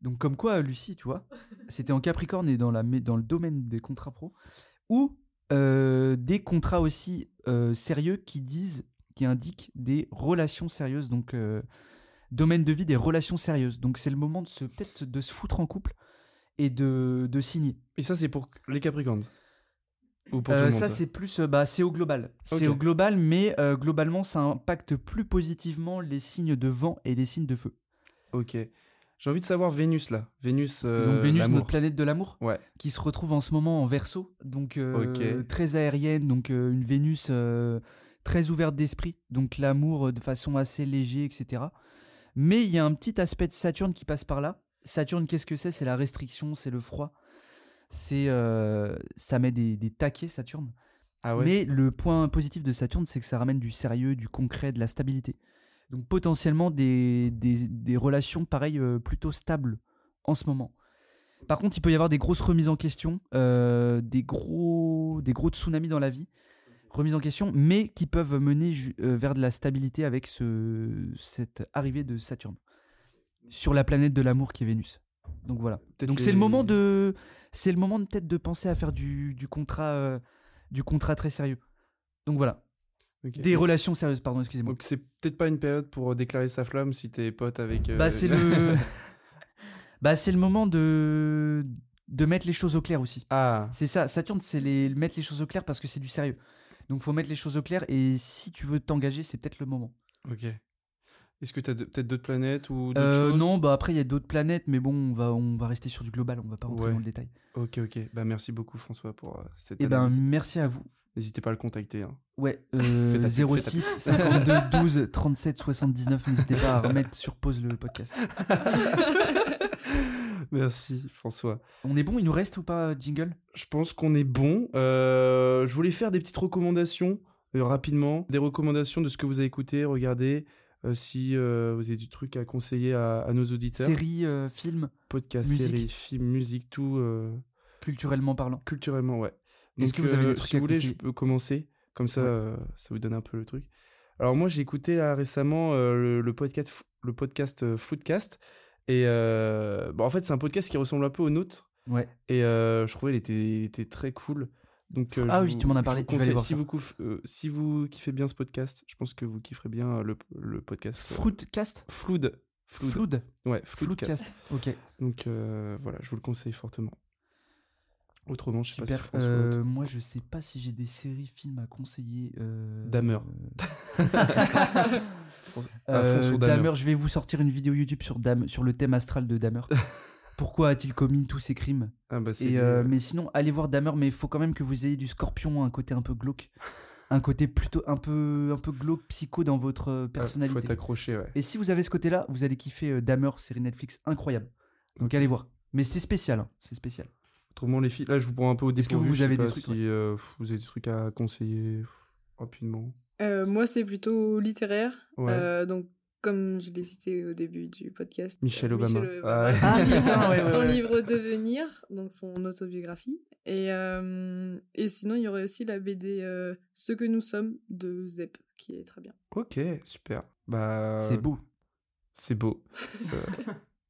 S2: donc comme quoi euh, Lucie, tu vois, c'était en Capricorne et dans, la, mais dans le domaine des contrats pro, ou euh, des contrats aussi euh, sérieux qui disent, qui indiquent des relations sérieuses, donc... euh, domaine de vie des relations sérieuses. Donc c'est le moment de se peut-être de se foutre en couple et de, de signer.
S3: Et ça, c'est pour les Capricornes Ou pour
S2: Euh,
S3: tout le monde
S2: ça c'est plus euh, bah c'est au global. C'est
S3: Ok.
S2: au global mais euh, globalement ça impacte plus positivement les signes de vent et les signes de feu.
S3: Ok. J'ai envie de savoir Vénus, là. Vénus, euh,
S2: donc Vénus
S3: l'amour.
S2: notre planète de l'amour
S3: Ouais.
S2: qui se retrouve en ce moment en Verseau donc euh,
S3: Ok.
S2: très aérienne donc euh, une Vénus euh, très ouverte d'esprit donc l'amour euh, de façon assez léger etc mais il y a un petit aspect de Saturne qui passe par là Saturne qu'est-ce que c'est c'est la restriction c'est le froid c'est euh, ça met des, des taquets Saturne
S3: Ah ouais
S2: mais le point positif de Saturne, c'est que ça ramène du sérieux, du concret, de la stabilité. Donc potentiellement des, des, des relations pareilles euh, plutôt stables en ce moment. Par contre, il peut y avoir des grosses remises en question, euh, des, gros, des gros tsunamis dans la vie, remises en question, mais qui peuvent mener ju- euh, vers de la stabilité avec ce, cette arrivée de Saturne sur la planète de l'amour qui est Vénus. Donc voilà.
S3: Peut-être
S2: Donc
S3: les-
S2: c'est le moment de, c'est le moment de peut-être de penser à faire du, du contrat, euh, du contrat très sérieux. Donc voilà.
S3: Ok.
S2: Des relations sérieuses, pardon, excusez-moi.
S3: Donc c'est peut-être pas une période pour euh, déclarer sa flamme si t'es pote avec. euh,
S2: Bah, c'est le. bah, c'est le moment de. de mettre les choses au clair aussi.
S3: Ah.
S2: C'est ça, Saturne, c'est les... mettre les choses au clair parce que c'est du sérieux. Donc faut mettre les choses au clair et si tu veux t'engager, c'est peut-être le moment.
S3: Ok. Est-ce que t'as de- peut-être d'autres planètes ou d'autres
S2: Euh,
S3: choses
S2: non, bah après il y a d'autres planètes, mais bon, on va, on va rester sur du global, on va pas rentrer
S3: Ouais.
S2: dans le détail.
S3: Ok, ok. Bah merci beaucoup François pour euh, cette
S2: Et ben
S3: analyse.
S2: merci à vous.
S3: N'hésitez pas à le contacter. hein.
S2: Ouais, euh,
S3: Faites appeler, faites
S2: 06 52 12 37 79. N'hésitez pas à remettre sur pause le podcast.
S3: merci François.
S2: On est bon, il nous reste ou pas euh, jingle
S3: Je pense qu'on est bon. Euh, je voulais faire des petites recommandations euh, rapidement, des recommandations de ce que vous avez écouté, regardez. euh, si euh, vous avez du truc à conseiller à, à nos auditeurs,
S2: Série, euh, film,
S3: podcast,
S2: musique.
S3: série, film, musique, tout euh,
S2: culturellement parlant.
S3: culturellement, ouais.
S2: Est-ce
S3: Donc,
S2: que vous avez des
S3: euh,
S2: trucs
S3: si
S2: à
S3: vous voulez, je
S2: conseiller
S3: peux commencer. Comme ça,
S2: Ouais.
S3: euh, ça vous donne un peu le truc. Alors moi, j'ai écouté là récemment euh, le, le podcast, le podcast euh, Floodcast. Et euh, bon, en fait, c'est un podcast qui ressemble un peu au nôtre.
S2: Ouais.
S3: Et euh, je trouvais il était, il était très cool. Donc, euh,
S2: Ah
S3: je
S2: oui,
S3: vous-
S2: tu m'en as
S3: je vous
S2: parlé, je vais aller
S3: conseille,
S2: voir
S3: si,
S2: ça.
S3: vous couf- euh, si vous kiffez bien ce podcast, je pense que vous kifferez bien euh, le, le podcast. euh,
S2: Fruitcast
S3: Flood. Flood.
S2: Flood
S3: Ouais, Floodcast.
S2: Floodcast. Ok,
S3: Donc euh, voilà, je vous le conseille fortement. Autrement, je sais pas si
S2: super.
S3: François a
S2: Euh,
S3: autre-
S2: moi, je sais pas si j'ai des séries, films à conseiller. Euh...
S3: Dahmer.
S2: Euh,
S3: À fond sur Dahmer.
S2: Dahmer. je vais vous sortir une vidéo YouTube sur, Dam- sur le thème astral de Dahmer. Pourquoi a-t-il commis tous ces crimes
S3: Ah bah c'est
S2: Et,
S3: lui,
S2: euh,
S3: ouais.
S2: mais sinon, allez voir Dahmer, mais il faut quand même que vous ayez du scorpion, un côté un peu glauque, un côté plutôt un peu, un peu glauque, psycho dans votre euh,
S3: Ah, Faut
S2: personnalité.
S3: être accroché, ouais.
S2: et si vous avez ce côté-là, vous allez kiffer euh, Dahmer, série Netflix incroyable. Donc allez voir. Mais c'est spécial, hein, c'est spécial.
S3: Autrement, les filles, là, je vous prends un peu au
S2: Est-ce que
S3: dépourvu.
S2: vous
S3: je sais
S2: avez
S3: pas
S2: des trucs,
S3: si,
S2: ouais.
S3: euh, vous avez des trucs à conseiller rapidement
S4: Euh, moi, c'est plutôt littéraire.
S3: Ouais.
S4: Euh, donc, comme je l'ai cité au début du podcast,
S3: Michel
S4: euh,
S3: Obama.
S4: Obama,
S3: Ah,
S4: son, livre,
S2: putain, ouais, ouais,
S4: son
S2: ouais.
S4: livre Devenir, donc son autobiographie. Et, euh, et sinon, il y aurait aussi la BD euh, Ce que nous sommes de Zep, qui est très bien.
S3: Ok, super. Bah,
S2: c'est beau.
S3: C'est beau. Ça-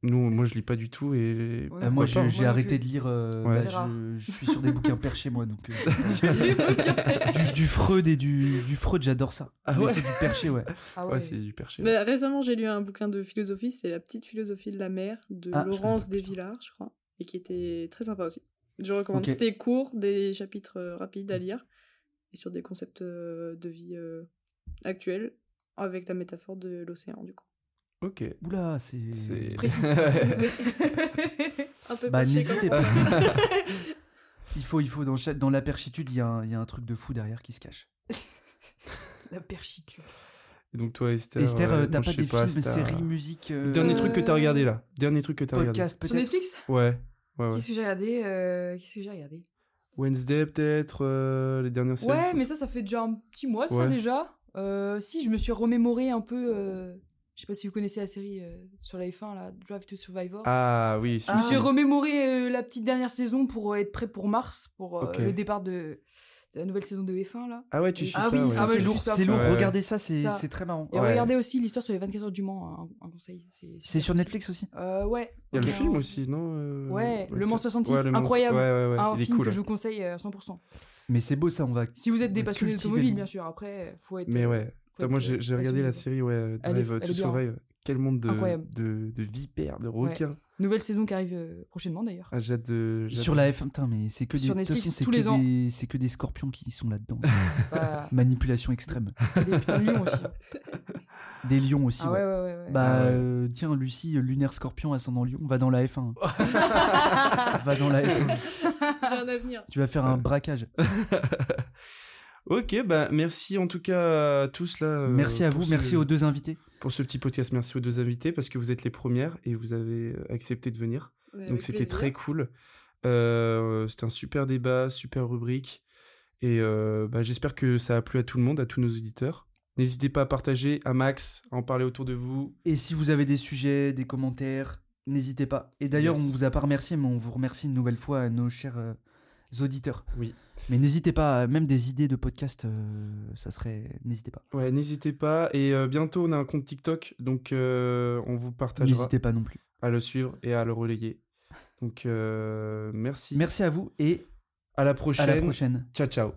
S3: Nous, moi, je lis pas du tout et.
S5: Ouais.
S2: Euh, moi,
S5: pourquoi
S2: j'ai
S5: pas,
S2: j'ai
S5: moi non
S2: arrêté de
S5: plus.
S2: lire. euh,
S3: Ouais.
S2: bah,
S5: C'est rare.
S2: je, je suis sur des bouquins perchés, moi, donc. euh, du, du Freud et du, du Freud, j'adore ça.
S3: Ah
S2: Mais
S3: ouais.
S2: c'est du perché, ouais.
S5: Ah
S3: Ouais,
S5: ouais.
S3: c'est hyper cher.
S4: Mais récemment, j'ai lu un bouquin de philosophie, c'est La petite philosophie de la mer de
S2: Ah, je
S4: Laurence
S2: connais pas, putain.
S4: Desvillars, je crois, et qui était très sympa aussi. Je recommande.
S2: Ok. Mm.
S4: C'était court, des chapitres euh, rapides à lire, et sur des concepts euh, de vie euh, actuels, avec la métaphore de l'océan, du coup.
S3: Ok.
S2: Oula, c'est.
S3: C'est-
S5: Précis.
S4: Un peu
S2: Bah,
S4: perché,
S2: n'hésitez
S4: comme
S2: pas.
S4: ça.
S2: Il faut, il faut dans, chaque- dans la perchitude, il y, a un- il y a un truc de fou derrière qui se cache.
S5: La perchitude.
S3: Et donc, toi, Esther.
S2: Esther,
S3: ouais,
S2: euh,
S3: moi, je
S2: t'as pas
S3: sais
S2: des films,
S3: si t'as-
S2: séries, musique, euh,
S3: Dernier
S5: Euh,
S3: truc que t'as regardé là. Dernier truc que t'as regardé.
S2: podcast
S5: Sur
S2: peut-être
S5: Netflix
S3: Ouais. Ah Ouais, ouais.
S5: Qu'est-ce que j'ai regardé euh, Qu'est-ce que j'ai regardé
S3: Wednesday, peut-être. euh, les dernières séries.
S5: Ouais, mais ça, ça fait déjà un petit mois, ça,
S3: Ouais.
S5: déjà. Euh, si, je me suis remémoré un peu... euh, Je sais pas si vous connaissez la série euh, sur la F1, là, Drive to Survivor.
S3: Ah oui, si.
S5: Je me
S3: si.
S5: suis remémoré euh, la petite dernière saison pour euh, être prêt pour mars, pour euh,
S3: Ok.
S5: le départ de, de la nouvelle saison de F1 là.
S3: Ah ouais, tu
S5: Ah
S3: suis
S5: oui,
S3: ça.
S5: ça,
S3: ouais.
S5: Ah, mais
S2: c'est
S5: je
S2: lourd,
S5: suis ça,
S2: c'est lourd.
S3: ouais.
S2: Regardez ça, c'est
S5: Ça.
S2: c'est très marrant.
S5: Et
S3: Ouais.
S5: regardez aussi l'histoire sur les 24 heures du Mans, hein, un, un conseil. C'est
S2: C'est
S5: super
S2: sur
S5: cool.
S2: Netflix aussi.
S5: Euh, Ouais.
S3: Il y a le
S5: Ouais.
S3: film aussi, non euh,
S5: Ouais, Le
S3: ok.
S5: Mans 66,
S3: Ouais, Le Mans-
S5: incroyable.
S3: Ouais, ouais, ouais,
S5: Ah, un
S3: il est
S5: film
S3: cool.
S5: que je vous conseille euh, 100%.
S2: Mais c'est beau ça, on va.
S5: Si vous êtes des
S2: Le
S5: passionnés
S2: cultiver
S5: d'automobile,
S2: le-
S5: bien sûr. Après, faut être.
S3: Mais
S5: euh,
S3: ouais,
S5: faut
S3: Putain,
S5: être,
S3: moi
S5: euh,
S3: j'ai j'ai regardé
S5: passionné,
S3: la
S5: quoi.
S3: série, ouais,
S5: Elle est-
S3: Drive
S5: elle
S3: to
S5: est bien.
S3: Survive. Quel monde de,
S5: Incroyable.
S3: de, de vipères, de requins.
S5: Nouvelle saison qui arrive euh, prochainement d'ailleurs.
S3: Ah, j'ai hâte de. j'ai hâte
S2: Sur
S3: de-
S2: la F1, putain, mais c'est que des.
S5: Sur
S2: de toute façon,
S5: Netflix,
S2: c'est
S5: tous
S2: que
S5: les ans.
S2: des- c'est que des scorpions qui sont là-dedans.
S5: Bah,
S2: Manipulation extrême.
S5: des putains de lions aussi.
S2: Des lions aussi.
S5: Ah
S2: ouais.
S5: ouais, ouais, ouais. ouais.
S2: Bah
S3: Ah ouais.
S2: euh, tiens, Lucie, euh, lunaire scorpion, ascendant lion, va dans la F1. va dans la F1.
S4: J'ai un avenir.
S2: Tu vas faire un braquage.
S3: Ok, bah merci en tout cas à tous là. euh,
S2: merci à
S3: pour
S2: vous,
S3: ce-
S2: merci aux deux invités.
S3: Pour ce petit podcast, merci aux deux invités parce que vous êtes les premières et vous avez euh, accepté de venir. Donc c'était très cool. Euh, c'était un super débat, super rubrique. Et euh, bah, j'espère que ça a plu à tout le monde, à tous nos auditeurs. N'hésitez pas à partager, à Max, à en parler autour de vous.
S2: Et si vous avez des sujets, des commentaires, n'hésitez pas. Et d'ailleurs,
S3: Yes.
S2: on vous a pas remercié, mais on vous remercie une nouvelle fois à nos chers euh, auditeurs.
S3: Oui.
S2: Mais n'hésitez pas, euh, même des idées de podcast, euh, ça serait. N'hésitez pas.
S3: Ouais, n'hésitez pas. Et euh, bientôt, on a un compte TikTok, donc euh, on vous partagera
S2: N'hésitez pas non plus.
S3: à le suivre et à le relayer. Donc euh, merci.
S2: Merci à vous et
S3: À la prochaine.
S2: à la prochaine.
S3: Ciao, ciao.